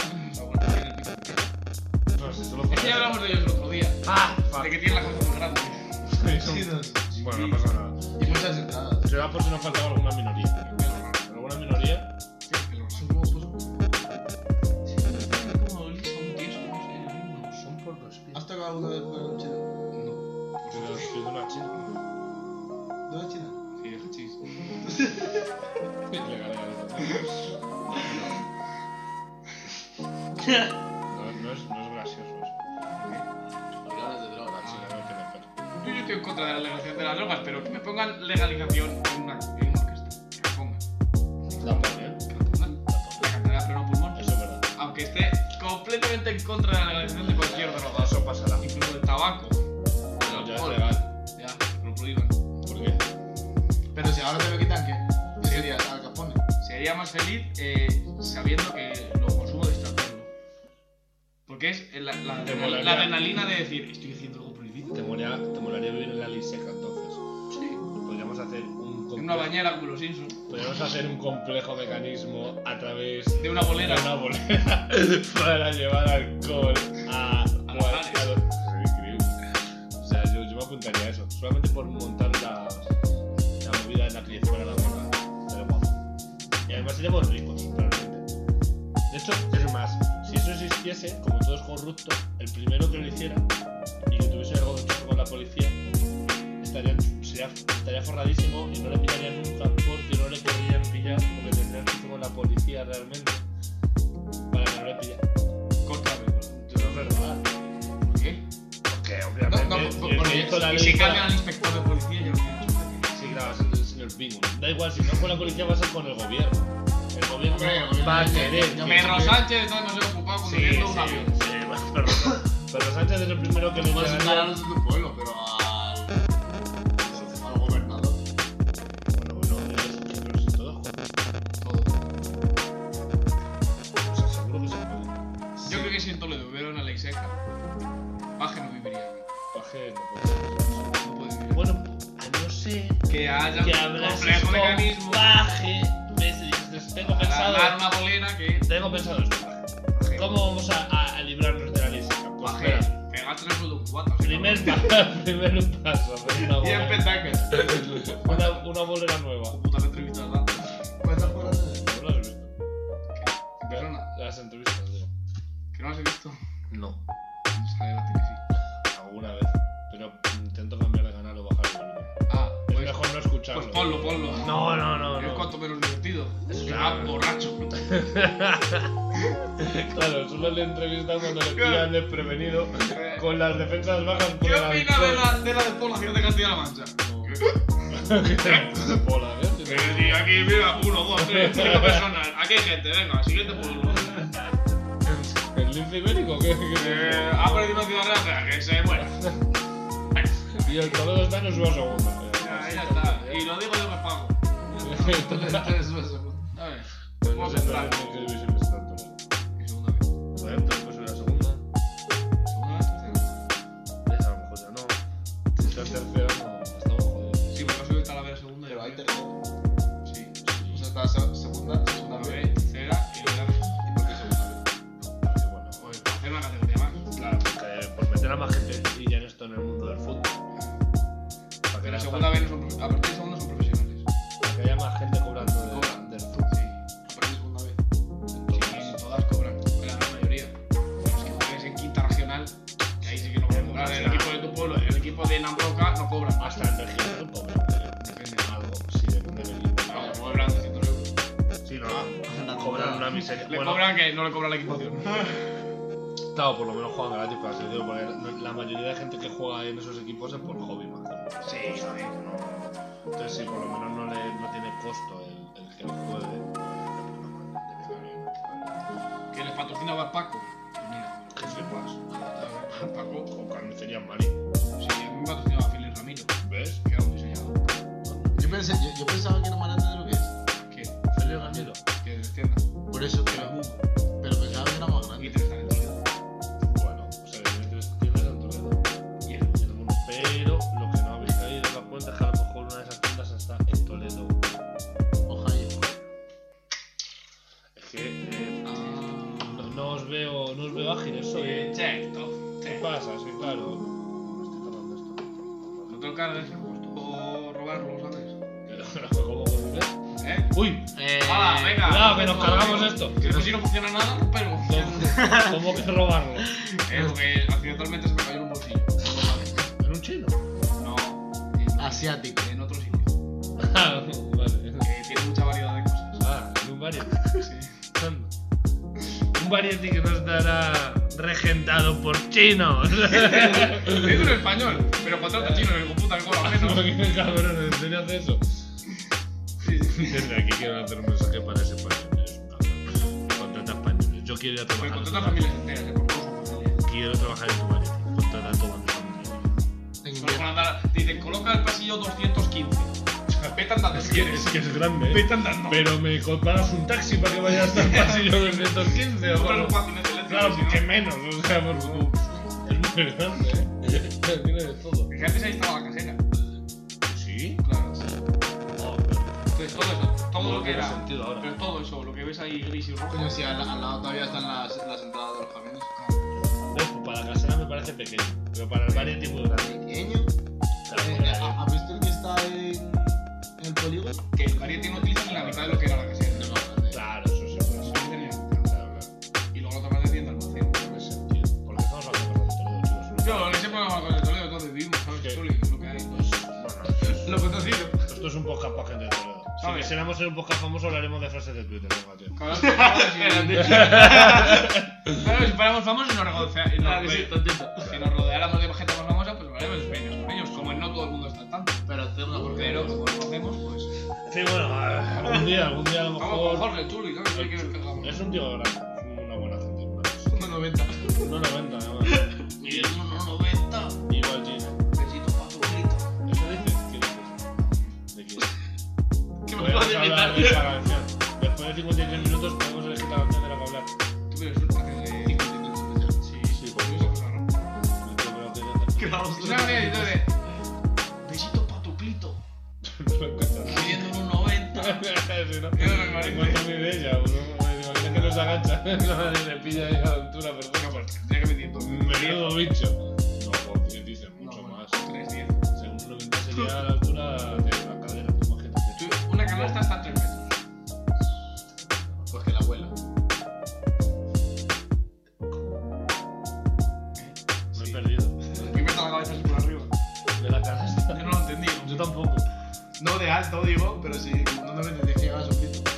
Speaker 3: No sé, solo
Speaker 1: Es que ya hablamos de ellos el otro día.
Speaker 3: Ah,
Speaker 1: De que tienen la cabeza muy grande.
Speaker 4: Chinos.
Speaker 3: Bueno, no pasa nada.
Speaker 4: Y muchas entradas.
Speaker 3: Se va por si nos faltaba alguna minoría. ¿Alguna minoría?
Speaker 4: Son como, pues,
Speaker 1: Como liso, un tieso, no sé, no son por los pies.
Speaker 4: ¿Has tocado alguna vez con un chino?
Speaker 3: Porque los soy de una china.
Speaker 4: ¿De una china?
Speaker 1: Sí, es chis.
Speaker 3: Legal, legal. No, no es, no es gracioso. eso.
Speaker 4: Porque hablas de droga,
Speaker 3: Sí,
Speaker 4: chino.
Speaker 3: no hay que meter.
Speaker 1: Yo, yo estoy en contra de la legalización de las drogas, pero que me pongan legalización en una, en una orquesta. Que la pongan.
Speaker 3: La ponen,
Speaker 1: Que la pongan. La cantaré a pleno pulmón.
Speaker 3: ¿eh? Eso es verdad.
Speaker 1: Aunque esté completamente en contra de la legalización de cualquier droga.
Speaker 3: Eso pasará.
Speaker 1: Incluso del tabaco. Del
Speaker 3: Ya es
Speaker 1: alcohol.
Speaker 3: legal.
Speaker 1: Ya, lo prohíban.
Speaker 3: ¿Por qué?
Speaker 4: Pero si ahora te lo quitan, ¿qué? ¿Qué sería? Al Capone.
Speaker 1: Sería más feliz eh, sabiendo que lo consumo distanciando. Porque es la, la-
Speaker 3: Te
Speaker 1: la-
Speaker 3: molaría.
Speaker 1: la adrenalina de decir, estoy haciendo algo prohibido.
Speaker 3: Te molaría, te molaría vivir en la liseca entonces.
Speaker 1: Sí.
Speaker 3: Podríamos hacer
Speaker 1: En
Speaker 3: un
Speaker 1: una
Speaker 3: complejo,
Speaker 1: bañera como los Simpsons.
Speaker 3: podríamos hacer un complejo mecanismo a través
Speaker 1: De una
Speaker 3: de
Speaker 1: bolera.
Speaker 3: una bolera para llevar alcohol a,
Speaker 1: A los bares.
Speaker 3: Ah, Es increíble. O sea, yo, yo me apuntaría a eso. Solamente por montar la, la movida en la que fuera la boca. Pero guapo. Y además seríamos ricos, realmente. De hecho, es más, si eso existiese, como todo es corrupto, el primero que lo hiciera y que tuviese algo de choque con la policía, estaría, sería- estaría forradísimo y no le pillarían nunca porque no le podrían pillar porque tendrían choque con la policía realmente para que no le pillaran.
Speaker 1: Corta.
Speaker 3: Yo no es verdad.
Speaker 1: ¿Por qué?
Speaker 3: Porque
Speaker 4: No,
Speaker 3: obviamente
Speaker 4: no,
Speaker 3: el que
Speaker 4: porque
Speaker 3: hizo la
Speaker 1: Y
Speaker 3: ley
Speaker 1: si
Speaker 3: para-
Speaker 1: cambian al inspector de policía, ya lo tienen.
Speaker 3: Sí, claro, es el señor Bingo. Da igual, si no con la policía va a ser con el gobierno. El gobierno
Speaker 4: Hombre, el gobierno
Speaker 3: va a
Speaker 4: ya-
Speaker 3: querer.
Speaker 4: ya
Speaker 3: que-
Speaker 4: me
Speaker 1: Pedro Sánchez no se ocupaba
Speaker 3: Sí,
Speaker 1: conduciendo un
Speaker 3: sí,
Speaker 1: avión.
Speaker 3: sí, bueno, pero, pero Sánchez es el primero que le
Speaker 4: Puedes
Speaker 3: llega-
Speaker 4: entrar a los de tu pueblo, pero ah, al. al gobernador.
Speaker 3: Bueno, bueno, es- pero si todo es corrupto,
Speaker 4: Todo.
Speaker 3: o sea, seguro que se puede.
Speaker 1: Yo creo que si en Toledo hubiera una ley seca, Paje no viviría aquí.
Speaker 3: Paje, no
Speaker 1: No puede
Speaker 3: puede-
Speaker 1: vivir.
Speaker 3: Bueno, a no ser
Speaker 1: Que haya
Speaker 3: que
Speaker 1: un
Speaker 3: habrás
Speaker 1: complejo mecanismo
Speaker 3: Paje, ves, dices, tengo
Speaker 1: para
Speaker 3: pensado,
Speaker 1: dar una bolera que.
Speaker 3: tengo pensado esto, paje.
Speaker 1: Paje.
Speaker 3: ¿Cómo vamos a, a- a librarnos de la ley seca? Pues
Speaker 1: Paje.
Speaker 3: espera.
Speaker 1: Que gastes el sueldo un cuatro. o sea,
Speaker 3: Primer,
Speaker 1: cabrón.
Speaker 3: pa- primer paso, hacer una
Speaker 1: Y en
Speaker 3: bolera,
Speaker 1: petacas.
Speaker 3: una, una bolera nueva.
Speaker 1: Puta, la entrevista al lado.
Speaker 4: ¿Cuántas horas de
Speaker 3: ¿No lo has visto?
Speaker 1: Perdona,
Speaker 3: Las entrevistas, digo.
Speaker 1: que no las he visto.
Speaker 3: No,
Speaker 1: O sea, debate que sí.
Speaker 3: alguna vez. Pero intento cambiar de canal o bajar el volumen.
Speaker 1: Ah,
Speaker 3: Es
Speaker 1: pues,
Speaker 3: mejor no
Speaker 1: pues
Speaker 3: escucharlo.
Speaker 1: ponlo, ponlo.
Speaker 3: No, no, no,
Speaker 1: Es
Speaker 3: no.
Speaker 1: cuanto menos divertido. Es
Speaker 3: Claro.
Speaker 1: borracho.
Speaker 3: Claro, solo le entrevistan cuando le pillan desprevenido.
Speaker 1: Eh,
Speaker 3: Con las defensas bajas por
Speaker 1: ¿Qué
Speaker 3: la-
Speaker 1: opina de la, de la despoblación de Castilla-La Mancha?
Speaker 3: De Pola, ¿eh?
Speaker 1: Que sí, aquí, mira, uno, dos, tres, cinco personas. Aquí hay gente, venga, siguiente pueblo.
Speaker 3: ¿El lince ibérico? ¿Qué? qué- qué-
Speaker 1: Eh, ha perdido una ciudad real, que se muera.
Speaker 3: Y el Toledo está en su segunda.
Speaker 1: Ya, ya está. Y lo digo yo que pago.
Speaker 4: Entonces, eso.
Speaker 1: A ver,
Speaker 3: No sé, pero es que visible está el Toledo.
Speaker 1: Y segunda vez.
Speaker 9: Bueno, entonces pues en la segunda.
Speaker 1: Segunda vez, tercera.
Speaker 9: ¿Ves? A lo mejor ya no.
Speaker 3: Está en tercera, no, estamos jodidos.
Speaker 1: Sí, porque ha subido Talavera segunda.
Speaker 4: Pero
Speaker 1: yo
Speaker 4: hay
Speaker 1: creo.
Speaker 4: tercera.
Speaker 1: Sí.
Speaker 4: O sea, está se- segunda, segunda
Speaker 1: Segunda
Speaker 4: vez.
Speaker 1: vez, tercera y le damos.
Speaker 4: ¿Y por qué segunda vez?
Speaker 3: Porque, bueno,
Speaker 1: Pues para hacer una categoría más.
Speaker 9: Claro, porque por meter a más gente y
Speaker 1: En la segunda B no son profesionales. A partir de segunda son profesionales.
Speaker 3: Que haya más gente cobrando de, del fútbol.
Speaker 1: Sí. Por segunda B. Sí, todas cobran. La gran mayoría. Pero es que juegues en quinta regional, que ahí sí que no pueden
Speaker 4: Ah,
Speaker 1: cobrar. El equipo de tu pueblo, el equipo de Nambroca no cobra más.
Speaker 3: Hasta en región pues, cobran.
Speaker 1: Depende de algo.
Speaker 3: Sí, depende del equipo.
Speaker 1: No, cobran 200 euros.
Speaker 3: Sí, no. Cobran una miseria.
Speaker 1: Le
Speaker 3: Bueno,
Speaker 1: cobran que no le cobran la equipación.
Speaker 3: Claro, por lo menos juegan gratis para la selección, porque la- la mayoría de gente que juega en esos equipos es por hobby, más que por-
Speaker 1: Sí,
Speaker 3: o sea, no- Entonces, sí, por lo menos no, le, no tiene costo el, el que lo juegue.
Speaker 1: Que les patrocina Bar Paco. Pues mira,
Speaker 3: Que flipas.
Speaker 1: Bar Paco.
Speaker 3: O carnicería en Mari.
Speaker 1: Sí, a mí me patrocinaba Felipe Ramiro,
Speaker 3: ¿Ves?
Speaker 1: que era un diseñador.
Speaker 4: Yo, pensé, yo, yo pensaba que era más grande de lo que es.
Speaker 1: Que,
Speaker 3: Feliz Ramiro.
Speaker 1: que les tienda.
Speaker 4: Por eso, pero, pero pensaba que era más
Speaker 1: Y
Speaker 4: grande.
Speaker 1: tres talentos.
Speaker 3: Bueno, o sea, que tiene tiendas en Toledo. Y en el mundo. Pero lo que no habéis caído en la cuenta es que a lo mejor una de esas tiendas está en Toledo.
Speaker 4: Ojalá. y-
Speaker 3: Es que eh,
Speaker 4: Ah.
Speaker 3: no, no os veo, no os veo ágiles hoy. ¿eh?
Speaker 1: Che, esto.
Speaker 3: ¿Qué
Speaker 1: Che.
Speaker 3: pasa? Sí, claro. Me estoy tapando esto.
Speaker 1: No tengo cara de ser justo o robarlo, ¿sabes?
Speaker 3: ¿Cómo cocinar?
Speaker 1: ¿Eh?
Speaker 3: ¡Uy!
Speaker 4: Eh,
Speaker 1: ¡Hala, venga!
Speaker 3: cuidado, que nos cargamos esto.
Speaker 1: Que no, si no funciona nada, pero.
Speaker 3: ¿Cómo, cómo que robarlo?
Speaker 1: Eh, porque accidentalmente se me cayó en un bolsillo.
Speaker 3: ¿En un chino?
Speaker 1: No, en,
Speaker 4: Asiático.
Speaker 1: en otro sitio.
Speaker 3: Ah, vale.
Speaker 1: Que tiene mucha variedad de cosas.
Speaker 3: Ah, en un variety.
Speaker 1: Sí.
Speaker 3: Anda. Un variety que no estará regentado por chinos.
Speaker 1: Es un español, pero contrata chino, el puta, me cobra menos.
Speaker 3: qué cabrón, ¿en serio hace eso?
Speaker 1: Sí, sí.
Speaker 3: Desde aquí quiero hacer un mensaje para ese español. Eres un cabrón. Contrata españoles. Yo quiero ir a
Speaker 1: Me
Speaker 3: trabajar. en tu
Speaker 1: Pues contrata familias enteras, eh, por favor, familias.
Speaker 3: variety. Quiero trabajar en tu variety. Contrata a toda mi familia.
Speaker 4: En
Speaker 1: Solo por
Speaker 4: invierno.
Speaker 1: andar, te dicen, coloca el pasillo 215. Vete andando si
Speaker 3: Es
Speaker 1: quieres.
Speaker 3: que es grande, ¿eh?
Speaker 1: Vete andando.
Speaker 3: Pero me comparas un taxi para que vaya hasta el pasillo 215 o
Speaker 1: Compra
Speaker 3: algo.
Speaker 1: los patines eléctricos,
Speaker 3: Claro,
Speaker 1: si no-
Speaker 3: que menos, o sea, por favor. Es muy grande, ¿eh? Tiene de todo.
Speaker 1: Que antes ahí estaba la cajera.
Speaker 3: ¿Sí?
Speaker 1: Claro.
Speaker 3: No, pero
Speaker 1: Entonces todo eso, todo lo que
Speaker 3: tiene
Speaker 1: era.
Speaker 3: sentido ahora.
Speaker 1: Pero todo eso, lo que ves ahí gris y rojo.
Speaker 4: Coño, si al, al lado todavía están las, las entradas de los camiones.
Speaker 3: ¿Ves? Pues Para la casera me parece pequeño, pero para el variety muy grande.
Speaker 4: Pequeño. Eh, ¿ha- ¿Has visto el que está en, en el polígono?
Speaker 1: Que el variety no utiliza ni la mitad de lo que era la cajera.
Speaker 4: No, más grande.
Speaker 3: Claro, eso se puede
Speaker 1: No
Speaker 3: hacer.
Speaker 1: utiliza ni la mitad.
Speaker 3: Claro,
Speaker 1: Y luego la otra parte tiene almacén.
Speaker 3: tiene sentido. Porque estamos hablando de Toledo, chicos.
Speaker 1: Yo, lo que siempre hablamos con el Toledo, todos vivimos, ¿sabes?
Speaker 3: Sí.
Speaker 1: Chuli, lo que hay.
Speaker 3: Pues, Bueno,
Speaker 1: Lo conocido.
Speaker 3: esto es un podcast para gente de Toledo. Si
Speaker 1: Vale.
Speaker 3: quisiéramos ser un podcast famoso, hablaremos de frases de Twitter. venga, tío.
Speaker 1: Claro, si fuéramos famosos y nos, regocija- y nos
Speaker 2: Claro que sí,
Speaker 1: re-
Speaker 2: tontito.
Speaker 1: si nos rodeáramos de gente más famosa, pues valemos pequeños con ellos. Como en no todo el mundo está al tanto.
Speaker 4: Pero hacerla porque
Speaker 1: Pero como lo hacemos, pues.
Speaker 3: Sí, bueno, a- algún día, algún día a lo
Speaker 1: Vamos con
Speaker 3: mejor.
Speaker 1: Jorge Chuli, ¿sabes? Hay que nos pegamos.
Speaker 3: Es un tío grande, es una buena gente. una cosa.
Speaker 4: son 90.
Speaker 3: No 90, además.
Speaker 1: Y el 190.
Speaker 3: Igual Gina.
Speaker 1: Besito para tu grito.
Speaker 3: ¿Eso dice? ¿Qué dices? ¿De quién?
Speaker 2: Que me
Speaker 3: Podemos
Speaker 2: puedo
Speaker 3: hablar
Speaker 2: invitar.
Speaker 3: de esa canción. Después de 53 minutos podemos elegir la canción de la que hablar.
Speaker 1: Tú eres un traje de. Sí,
Speaker 3: sí, por
Speaker 1: eso es raro.
Speaker 3: Yo creo que-
Speaker 4: Qué raro.
Speaker 1: Es una manera de editar de. Besito para tu clito.
Speaker 3: No lo encuentro.
Speaker 1: Pidiendo un 90.
Speaker 3: Si no,
Speaker 1: Yo no me
Speaker 3: te
Speaker 1: parece.
Speaker 3: encuentro muy bella, bro. Imagínate que nos agacha. Nadie le pilla ahí a la altura, perdona.
Speaker 1: Tendría que medir dos.
Speaker 3: Menudo bicho. No, por qué dices mucho
Speaker 1: No,
Speaker 3: más.
Speaker 1: 310.
Speaker 3: Según 90 sería a la altura de la cadera, imagínate.
Speaker 1: Tú- Una canasta está a 3 metros.
Speaker 4: Pues que la abuela.
Speaker 3: Me he
Speaker 1: Sí.
Speaker 3: perdido.
Speaker 1: Me meto la cabeza así por arriba.
Speaker 3: De la canasta.
Speaker 1: Yo no lo entendí.
Speaker 3: Yo tampoco.
Speaker 4: No de alto, digo, pero si no me entendí que llegaba a su pito.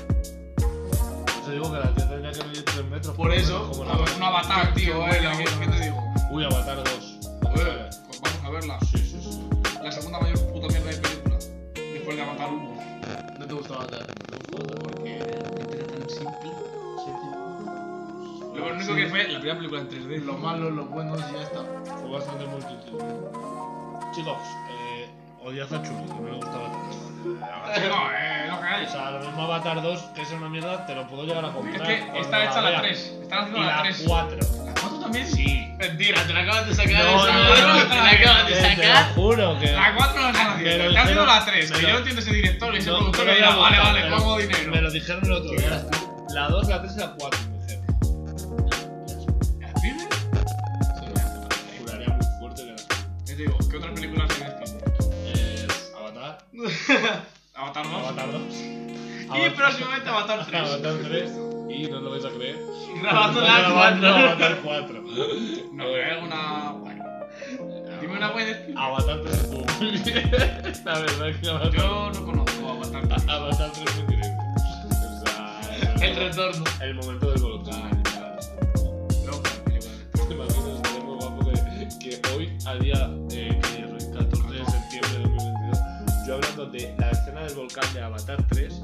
Speaker 3: Yo te digo que la tía tendría que medir 3 metros.
Speaker 4: Por eso,
Speaker 3: menos, como la
Speaker 1: Ah, pues Un avatar, tío.
Speaker 4: Qué
Speaker 1: eh,
Speaker 4: buena,
Speaker 1: ¿Qué
Speaker 4: buena.
Speaker 1: qué te digo?
Speaker 3: Uy, Avatar 2.
Speaker 1: Joder, pues vamos a verla.
Speaker 3: Sí, sí, sí.
Speaker 1: La segunda mayor puta mierda de película. Después de Avatar 1.
Speaker 4: No te gustaba tanto.
Speaker 1: Porque era tan simple. Lo único que fue la primera película en 3D.
Speaker 4: Los malos, los buenos y ya está.
Speaker 3: Fue bastante multitud. Chicos, eh, odiad a Chuli, que no me gustaba tanto.
Speaker 1: No, eh, no
Speaker 3: O
Speaker 1: cagáis.
Speaker 3: sea, lo mismo Avatar 2, que es una mierda, te lo puedo llegar a
Speaker 1: Es
Speaker 3: comprar.
Speaker 1: que
Speaker 3: cuando
Speaker 1: está hecha
Speaker 3: vea.
Speaker 1: la 3. Están
Speaker 3: Y
Speaker 1: haciendo la
Speaker 3: la
Speaker 1: 3.
Speaker 3: 4.
Speaker 1: ¿La 4 también?
Speaker 3: Sí.
Speaker 1: Mentira.
Speaker 2: Te la acabas de sacar.
Speaker 3: No,
Speaker 2: esa, bro,
Speaker 3: no, no,
Speaker 2: te la
Speaker 1: no,
Speaker 2: acabas de
Speaker 3: Te, te lo
Speaker 2: sacar.
Speaker 3: juro que.
Speaker 1: La 4 la están haciendo.
Speaker 3: Pero
Speaker 1: Están haciendo
Speaker 3: dijeron-
Speaker 1: la 3. Que
Speaker 3: pero-
Speaker 1: yo no entiendo ese director y ese
Speaker 3: No,
Speaker 1: productor.
Speaker 3: pero
Speaker 1: que dirá,
Speaker 3: ya,
Speaker 1: Vale, vale,
Speaker 3: pero-
Speaker 1: pongo
Speaker 3: Me
Speaker 1: dinero.
Speaker 3: lo dijeron el otro día. La 2, la 3 y la 4, me dijeron.
Speaker 1: ¿La Steven?
Speaker 3: Juraría muy fuerte que las
Speaker 1: Ya te digo, ¿qué otras películas tiene Steven?
Speaker 3: Eh,
Speaker 1: Avatar 2.
Speaker 3: Avatar 2.
Speaker 1: Y próximamente Avatar 3.
Speaker 3: Avatar 3. Y no os lo vais a creer.
Speaker 1: Grabando la
Speaker 3: Grabando
Speaker 1: cuatro.
Speaker 3: Avatar 4.
Speaker 1: No, pero hay una. Bueno. Dime una buena descripción.
Speaker 3: Avatar 3 estuvo muy bien. La verdad es que Avatar
Speaker 1: Yo no conozco Avatar 3.
Speaker 3: Avatar 3 fue increíble. O sea,
Speaker 2: El retorno.
Speaker 3: el momento del volcán. y tal.
Speaker 1: No, pero película de-
Speaker 3: Te imagino estaría muy guapo que, que hoy, a día eh, que es el 14 de septiembre de 2022, yo hablando de la escena del volcán de Avatar 3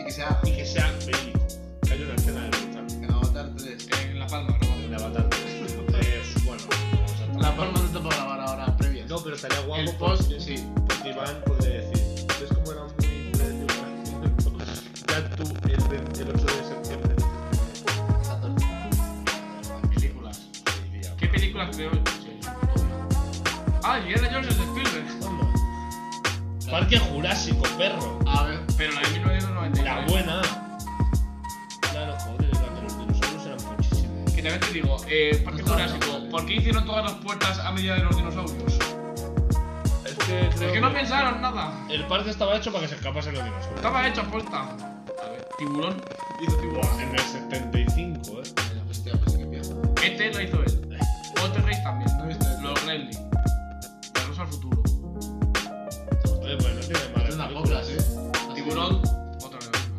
Speaker 4: Y que sea
Speaker 3: y que sea bélico. Que haya una escena del volcán
Speaker 4: en Avatar 3.
Speaker 1: En La Palma, grabando.
Speaker 3: de Avatar 3. Es, bueno, vamos a
Speaker 4: La palma no te puedo grabar ahora, previa.
Speaker 3: No, pero estaría guapo
Speaker 4: el post,
Speaker 3: porque,
Speaker 4: sí.
Speaker 3: porque Iván podría decir, ¿ves cómo era muy predecible el accidente? Ya tú, el, ve- el 8 de septiembre,
Speaker 4: Películas.
Speaker 3: diría,
Speaker 1: ¿Qué películas veo yo? Ah, Indiana Jones es de Spielberg.
Speaker 3: ¿cuándo? Parque Jurásico, perro.
Speaker 4: A ver,
Speaker 1: Pero la de
Speaker 3: La
Speaker 1: 1999.
Speaker 3: buena. Claro, joder, la que los dinosaurios eran muchísimos.
Speaker 1: Que también te digo, eh, Parque
Speaker 4: No, no,
Speaker 1: Jurásico,
Speaker 4: no.
Speaker 1: ¿por qué hicieron todas las puertas a medida de los dinosaurios?
Speaker 3: Es que creo
Speaker 1: Es que no pensaron nada.
Speaker 3: El parque estaba hecho para que se escapasen los dinosaurios.
Speaker 1: Estaba hecho apuesta. A ver, tiburón. Hizo tiburón.
Speaker 3: En el 75, eh.
Speaker 4: Venga, pues tío, pues que empieza.
Speaker 1: Este lo hizo él. Poltergeist también. Este,
Speaker 4: ¿No viste?
Speaker 1: Los Gremlins. La Rosa al Futuro.
Speaker 3: Oye, pues no tiene
Speaker 4: Es unas coplas,
Speaker 3: mal.
Speaker 4: eh. Así.
Speaker 1: Tiburón. Otra vez.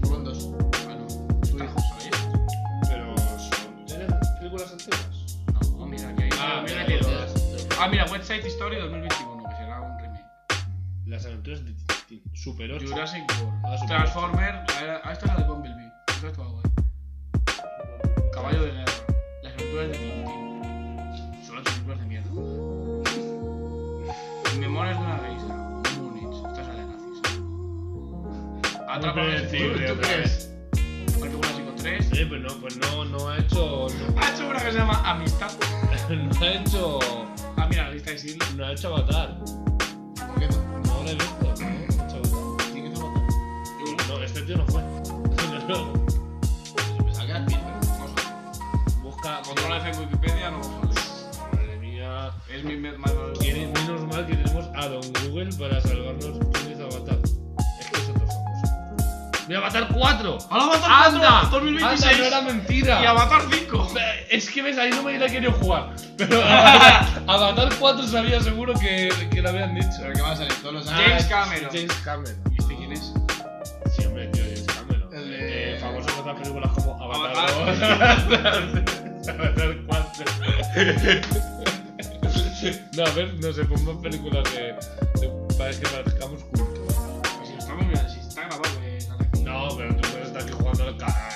Speaker 4: Tiburón 2.
Speaker 1: Bueno,
Speaker 4: Su hijo.
Speaker 1: ¿sabéis?
Speaker 3: ¿eh? Pero. son- ¿Tienen películas antiguas?
Speaker 1: No, mira, que ahí.
Speaker 3: Ah,
Speaker 1: mira,
Speaker 3: mira,
Speaker 1: que-
Speaker 3: mira.
Speaker 1: Ah, mira, Website Story 2021, que será un remake.
Speaker 3: Las aventuras de Tintín. Super 8.
Speaker 1: Jurassic World.
Speaker 3: Ah, supongo.
Speaker 1: Transformer. la era- Ah, esta es la de Bumblebee. Esta es toda guay. Caballo de guerra. Las aventuras de Tintín. Solo películas de mierda. Memorias de una geisha. Múnich. Esta sale nazis. Atrapa
Speaker 3: Muy predecible,
Speaker 1: ¿Tú
Speaker 3: otra
Speaker 1: crees? Parque Jurásico 3.
Speaker 3: Oye, pues no, pues no, no ha hecho.
Speaker 1: Ha hecho Ah, una que se llama Amistad.
Speaker 3: No, no ha hecho.
Speaker 1: Ah, mira, la lista de Sidney.
Speaker 3: No ha hecho Avatar.
Speaker 4: ¿Por qué no?
Speaker 3: No lo he visto. No ha hecho Avatar.
Speaker 4: ¿Tiene que tomar?
Speaker 3: No, este tío no fue. Desde luego.
Speaker 4: Yo pensaba que era Spielberg.
Speaker 3: Busca.
Speaker 1: Control F en Wikipedia no sale.
Speaker 3: Madre mía.
Speaker 1: Es mi me- más
Speaker 3: Tiene- menos mal que tenemos a Don Google para salvarnos quién es Avatar. Es que es otro famoso. ¡Mi Avatar 4!
Speaker 1: ¡Avatar
Speaker 3: ¡Anda!
Speaker 1: 2026.
Speaker 3: ¡Anda, no era mentira!
Speaker 1: Y Avatar 5.
Speaker 3: Es que ves, ahí no me hubiera querido jugar. Pero Avatar, Avatar 4 sabía seguro que, que lo habían dicho.
Speaker 4: Pero que va a salir todos los años.
Speaker 1: James Cameron.
Speaker 3: James Cameron.
Speaker 1: ¿Y este quién es?
Speaker 3: Sí, hombre, tío, James Cameron.
Speaker 4: El de-
Speaker 3: Eh, famoso en otras películas como Avatar
Speaker 1: Avatar.
Speaker 3: 2. Avatar 4. No, a ver, no sé, pongo películas de, de- para que parezcamos culto.
Speaker 1: Pues si está muy bien, si está grabado, eh, nada.
Speaker 3: No, pero tú puedes estar aquí jugando al, ca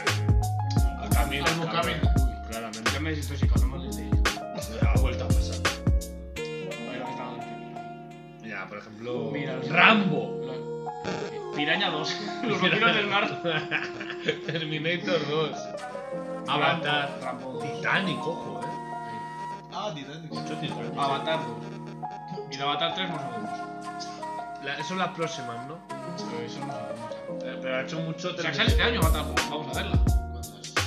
Speaker 3: al camino.
Speaker 1: Al Bucamin.
Speaker 3: cabrón. Claramente.
Speaker 1: Ya me desintoxico, no me hables de ello.
Speaker 3: Ha vuelto a pasar.
Speaker 1: A ver, lo que estaba hablando.
Speaker 3: Mira, por ejemplo.
Speaker 1: Mira, el-
Speaker 3: Rambo.
Speaker 1: Lo- Piraña 2. Los vampiros del mar.
Speaker 3: Terminator 2. Avatar.
Speaker 1: Rambo 2.
Speaker 3: Titanic, ojo, eh.
Speaker 4: Ah, Titanic.
Speaker 3: Mucho Titanic.
Speaker 1: Avatar 2. Y de Avatar 3 no sabemos.
Speaker 3: La- son las próximas, ¿no?
Speaker 1: Pero eso no sabemos.
Speaker 3: Eh, pero ha hecho mucho
Speaker 1: O sea, que sale este año Avatar 1. Vamos a verla.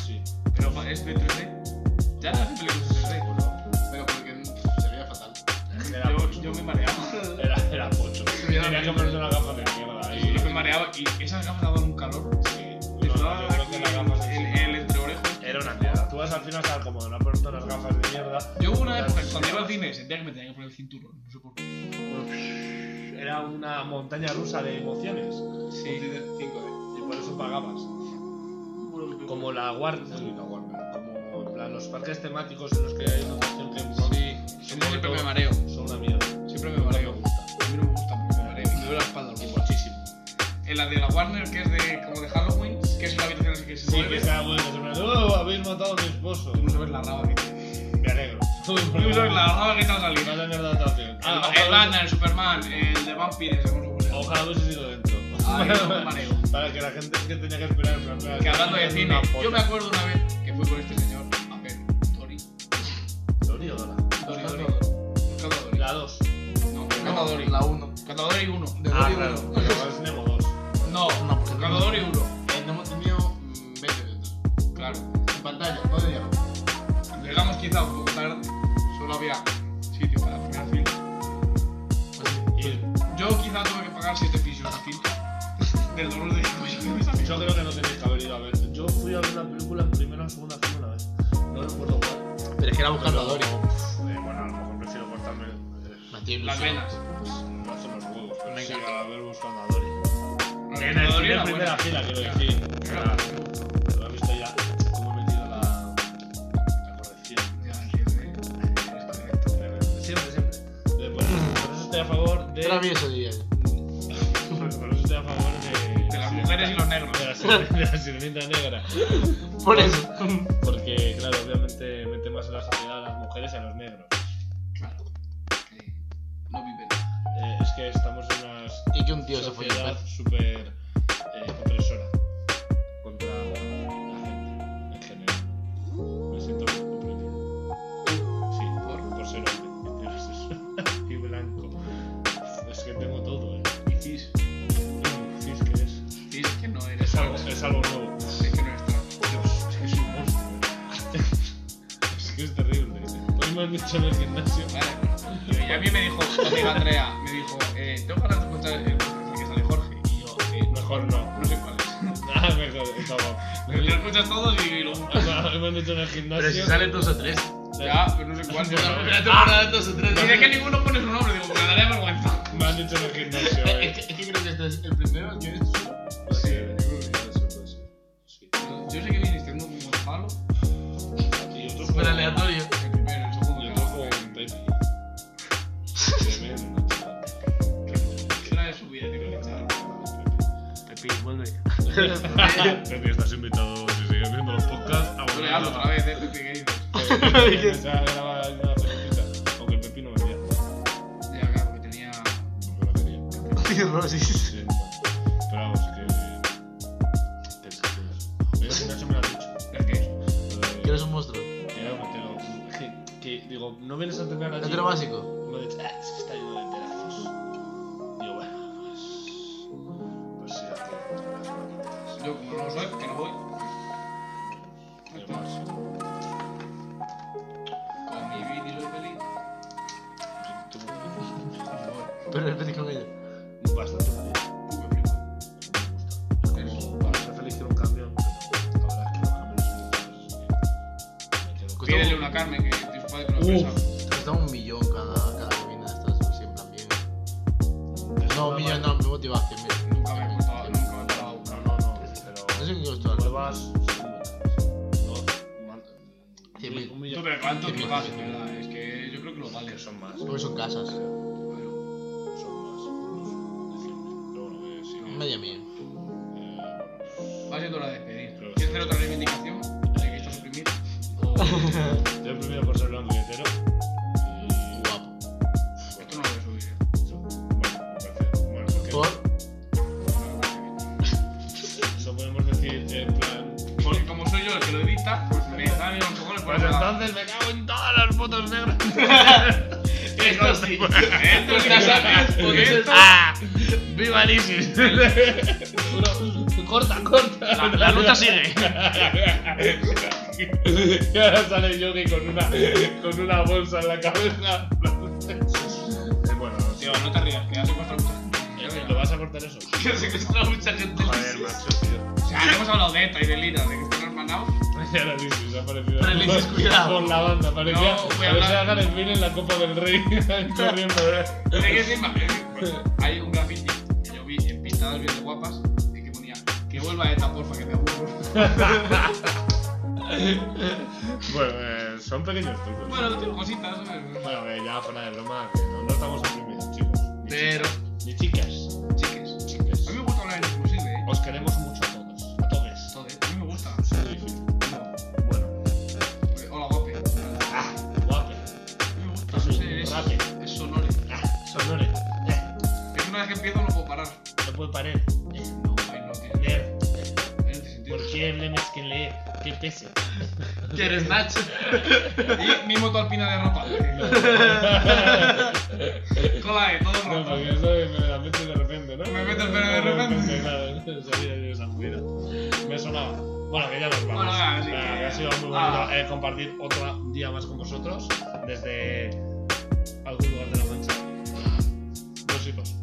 Speaker 3: Sí,
Speaker 1: Pero fa- es de 3D. Ya no hacen películas de 3D.
Speaker 3: seguro.
Speaker 4: Pero porque se veía fatal.
Speaker 3: Era,
Speaker 1: Yo, yo me mareaba.
Speaker 3: era, era pocho.
Speaker 4: veía
Speaker 3: Tenía que
Speaker 4: horrible.
Speaker 3: ponerse una gafas de mierda. Y,
Speaker 1: Yo me mareaba y esas gafas daban un calor.
Speaker 3: Sí.
Speaker 1: Les
Speaker 3: No,
Speaker 1: daba
Speaker 3: yo creo que las gafas
Speaker 1: aquí
Speaker 3: de
Speaker 1: el, el entreorejo.
Speaker 3: Era una mierda. Tú vas al final estar como no ponerte unas gafas de mierda.
Speaker 1: Yo hubo una época que cuando iba al cine sentía que me tenía que poner el cinturón. No sé por qué.
Speaker 3: Era una montaña rusa de emociones.
Speaker 1: Sí.
Speaker 4: Tiene
Speaker 1: eh.
Speaker 4: 5
Speaker 3: Y por eso pagabas. Como la Warner. la Warner. Como en plan, los parques temáticos en los que hay notación que
Speaker 4: Sí.
Speaker 3: un poquito-
Speaker 4: Siempre me mareo.
Speaker 3: son una mierda.
Speaker 4: Siempre me
Speaker 3: No me
Speaker 4: mareo.
Speaker 3: gusta.
Speaker 1: A mí no me gusta porque me mareo.
Speaker 4: Me duele la espalda.
Speaker 3: Y muchísimo.
Speaker 1: En la de la Warner, que es de, como de Halloween, que es una habitación así que se
Speaker 3: Sí, que
Speaker 1: mueve.
Speaker 3: sea bueno. que se me dice, Oh, habéis matado a mi esposo.
Speaker 1: Tú no sabes la raba que tiene.
Speaker 3: Me alegro.
Speaker 1: Tú no sabes la raba que te va a
Speaker 3: No
Speaker 1: salir.
Speaker 3: te mierda de notación.
Speaker 1: Ah,
Speaker 3: Ojalá
Speaker 1: el Batman, el Superman, el de Vampires, según su
Speaker 3: hubiese-
Speaker 1: culo.
Speaker 3: Ojalá hubiese sido dentro.
Speaker 1: Ay, no, me mareo.
Speaker 3: Para que la gente que tenía que esperar. en plan, espera,
Speaker 1: Que hablando de
Speaker 3: una
Speaker 1: cine,
Speaker 3: foto.
Speaker 1: yo me acuerdo una vez que fui con este señor a ver Dory.
Speaker 3: Dori o Dora?
Speaker 1: Dory, Dory. Buscando a Dory.
Speaker 3: La 2.
Speaker 1: No, buscando a Dory.
Speaker 4: La 1.
Speaker 1: Buscando a Dory 1.
Speaker 4: De
Speaker 3: Ah,
Speaker 4: Dory
Speaker 3: claro.
Speaker 4: uno.
Speaker 3: Porque ahora es Nemo 2.
Speaker 4: No,
Speaker 1: No,
Speaker 4: porque
Speaker 1: buscando a Dory 1.
Speaker 4: Eh, no hemos tenido mm, 20 minutos.
Speaker 1: Claro.
Speaker 4: En pantalla, todo el día.
Speaker 1: Llegamos quizá un poco tarde, solo había sitio para la primera fila.
Speaker 3: Y
Speaker 1: Yo quizá tuve que pagar 7 pisos. del dolor de cabeza.
Speaker 3: Yo creo que no tenéis que haber ido a ver. Yo fui a ver la película en primera o segunda fila una vez. No recuerdo cuál.
Speaker 4: Pero es que era buscando a Dory.
Speaker 10: Eh, bueno, a lo mejor prefiero cortarme eh, pues,
Speaker 4: Me hacía
Speaker 1: Las
Speaker 4: ilusión.
Speaker 1: venas.
Speaker 10: no son los huevos, pero
Speaker 1: Me
Speaker 10: sí
Speaker 1: encanta.
Speaker 10: a ver buscando a Dory.
Speaker 1: Nena,
Speaker 3: Pero
Speaker 1: Dory
Speaker 3: en
Speaker 1: era
Speaker 3: primera
Speaker 1: buena.
Speaker 3: fila, quiero decir. Era- Lo he visto ya cómo he metido la. la corrección.
Speaker 1: Ya, sí, sí. Es correcto.
Speaker 3: Siempre, siempre. Eh, Por eso por eso estoy a favor de.
Speaker 4: Travieso, diría yo.
Speaker 3: Por eso estoy a favor de.
Speaker 1: De las mujeres y los negros.
Speaker 3: de la sir- de la sirenita negra.
Speaker 4: Por eso.
Speaker 3: Porque, claro, obviamente mete más en la sociedad a las mujeres y a los negros.
Speaker 1: Claro. Que No viven.
Speaker 3: Eh, es que estamos en una
Speaker 4: Y que un tío se fue
Speaker 3: sociedad súper eh, opresora contra la gente en general. Me siento oprimido. Sí, por, por ser hombre, heterosexual y blanco. Es que tengo todo, ¿eh?
Speaker 1: Y cis.
Speaker 3: Mm, Sí, es que es.
Speaker 1: Cis que no eres
Speaker 3: Es algo,
Speaker 1: trans.
Speaker 3: es algo nuevo.
Speaker 1: Es que no eres trans.
Speaker 3: Dios, es que soy un monstruo. ¿eh? es que es terrible. ¿eh? Hoy me han dicho en el gimnasio.
Speaker 1: Vale. Y a mí me dijo, mi amiga Andrea, me dijo, eh, tengo ganas de escuchar el podcast en el que sale Jorge. Y yo, eh, no,
Speaker 3: Mejor no.
Speaker 1: no sé cuál es.
Speaker 3: Ah, mejor, está
Speaker 1: Pero lo
Speaker 3: guapo.
Speaker 1: escuchas todo y lo
Speaker 3: Hoy me han dicho en el gimnasio.
Speaker 4: Pero si sale el plus a 3.
Speaker 1: Ya, pero no sé cuál.
Speaker 4: La
Speaker 1: pero-
Speaker 4: primera temporada de 2 o 3.
Speaker 1: Y de Ah. que ninguno pone su nombre, digo, "Pues me daría vergüenza.
Speaker 3: Me han dicho en el gimnasio, eh.
Speaker 4: Es que- es que creo que este es el primero, el que es solo.
Speaker 1: Sí,
Speaker 3: Sí.
Speaker 1: Yo sé que este viniste en un palo,
Speaker 3: Y otro
Speaker 4: Súper aleatorio.
Speaker 1: el primero, el segundo,
Speaker 3: Y
Speaker 1: el
Speaker 3: otro juego
Speaker 1: tercero.
Speaker 3: con Pepe. Tremendo, chaval.
Speaker 1: Será de su vida, tío, chaval.
Speaker 4: Pepi, vuelve.
Speaker 10: Pepe, estás invitado, si sigues viendo los podcasts, a
Speaker 1: Yo
Speaker 10: volver
Speaker 1: le
Speaker 10: a
Speaker 1: hablo otra
Speaker 10: grabar.
Speaker 1: vez, eh, Pepe Gamer.
Speaker 3: Pepe, se ha grabado una pelotita. Aunque el Pepi no venía.
Speaker 1: Ya, claro, que tenía.
Speaker 3: Porque no quería.
Speaker 4: Y Rosis.
Speaker 3: Sí, bueno. Pero vamos, que. Voy al gimnasio, me lo han dicho.
Speaker 1: ¿El qué?
Speaker 3: Lo de-
Speaker 4: Que eres un monstruo. Este
Speaker 3: que era un telo- que- Que digo, no vienes a entrenar allí.
Speaker 4: Es lo básico.
Speaker 3: Me ha dicho, "Ah, es que está lleno de pedazos. Digo, bueno, pues. Pues sí, aquí hay las maquinitas.
Speaker 1: Yo, como no soy, que no voy.
Speaker 3: Digo, bueno, sí.
Speaker 1: Con mi vídeo y soy feliz.
Speaker 3: Yo tengo que
Speaker 4: Pero es feliz con ella.
Speaker 3: ir. Bastante feliz.
Speaker 1: Tú me flipas.
Speaker 3: Me gusta. Es como, para ser feliz quiero un cambio, pero la verdad es que los cambios son muy difíciles, así que me
Speaker 1: Pídele una Carmen que tus padres no
Speaker 3: Pues Uf.
Speaker 1: pesan.
Speaker 4: Cuesta un millón cada, cada cabina de estas, pues siempre también.
Speaker 3: quiero-
Speaker 4: No, un millón, no, me motivaste, mira.
Speaker 1: Nunca me he portado, nunca me he parado a
Speaker 3: No,
Speaker 1: buscar.
Speaker 3: no, no, pero.
Speaker 4: No sé qué costó algo.
Speaker 3: Nuevas. No, man-
Speaker 4: Cien mil.
Speaker 3: un
Speaker 1: Tú,
Speaker 3: millón.
Speaker 1: pero cuánto
Speaker 4: Sí,
Speaker 1: que
Speaker 4: sí,
Speaker 1: pagas,
Speaker 4: sí.
Speaker 1: ¿verdad? Es que yo creo que lo vale.
Speaker 3: Que son más.
Speaker 4: Porque son casas.
Speaker 3: Son más. unos de 100.000. Pero bueno, que sí que-
Speaker 4: Media mía.
Speaker 1: Va siendo hora de despedir.
Speaker 3: Creo que
Speaker 1: ¿Quieres hacer otra reivindicación? ¿Hay que esto suprimir?
Speaker 3: Yo el primero por ser blanco y hetero. Y.
Speaker 4: Guapo.
Speaker 1: Esto no lo voy a subir, eh.
Speaker 3: Bueno, me parece. Bueno, porque
Speaker 4: Por.
Speaker 3: no podemos decir en plan.
Speaker 1: Porque como soy yo el que lo edita, pues me da bien los cojones por
Speaker 3: Pues
Speaker 1: eso.
Speaker 3: entonces me cago en todas las fotos negras.
Speaker 1: Esto sí. Esto sí la sacas. Porque esto.
Speaker 3: ¡Ah! ¡Viva el ISIS! corta, corta.
Speaker 1: La, la lucha sigue.
Speaker 3: Y ahora sale Yogi con una, con una bolsa en la cabeza.
Speaker 10: Eh, Bueno, sí.
Speaker 1: Tío, no te rías, que ya se cuesta mucha gente.
Speaker 3: ¿Lo vas a cortar eso?
Speaker 1: Que se cuesta mucha gente.
Speaker 10: Joder, macho, tío.
Speaker 1: O sea, no hemos hablado de ETA y de Lira, de que están hermanados.
Speaker 3: Era el ISIS, ha aparecido.
Speaker 4: Era el ISIS, cuidado.
Speaker 3: Por la banda, parecía.
Speaker 1: No, voy a
Speaker 3: a ver si
Speaker 1: hablar.
Speaker 3: hagan el fin en la Copa del Rey. corriendo, ¿eh?
Speaker 1: Hay que decir más, eh, pues, hay un graffiti que yo vi en pintadas bien de guapas y que ponía que vuelva ETA, porfa, que me aburro.
Speaker 10: Bueno, eh, son pequeños trucos.
Speaker 1: Bueno, tío, cositas. ¿sabes?
Speaker 3: Bueno, que ya fuera de broma, que no, no estamos oprimidos, chicos. Ni
Speaker 1: Pero,
Speaker 3: chicas, Ni chicas.
Speaker 1: chiques,
Speaker 3: chicas.
Speaker 1: a mí me gusta hablar en inclusive, eh.
Speaker 3: Os queremos mucho a todos. A todos.
Speaker 1: Joder, a mí me gusta.
Speaker 3: Bueno,
Speaker 1: Eh, Hola, guape. A
Speaker 3: guape.
Speaker 1: mí me gusta, no sé, es,
Speaker 3: Rape.
Speaker 1: es sonore.
Speaker 3: Sonore. Eh,
Speaker 1: Es una vez que empiezo no puedo parar.
Speaker 3: no puede parar. Eh,
Speaker 1: No, ahí no tiene,
Speaker 3: leer.
Speaker 1: ahí no tiene sentido.
Speaker 3: ¿Por qué lemes que lee? ¿Qué pese?
Speaker 4: ¿Quieres Nach?
Speaker 1: Y mi moto alpina de ropa. Cola, eh, todo
Speaker 3: No,
Speaker 1: roto.
Speaker 3: porque eso me la meto de repente, ¿no?
Speaker 1: Me meto el pelo de repente.
Speaker 3: Claro, sabía yo esa movida. Me sonaba. Bueno, que ya nos vamos.
Speaker 1: Bueno, venga, así
Speaker 3: Venga,
Speaker 1: que-
Speaker 3: que ha sido muy bonito
Speaker 1: Ah.
Speaker 3: eh, compartir otro día más con vosotros desde algún lugar de la mancha. Los hitos.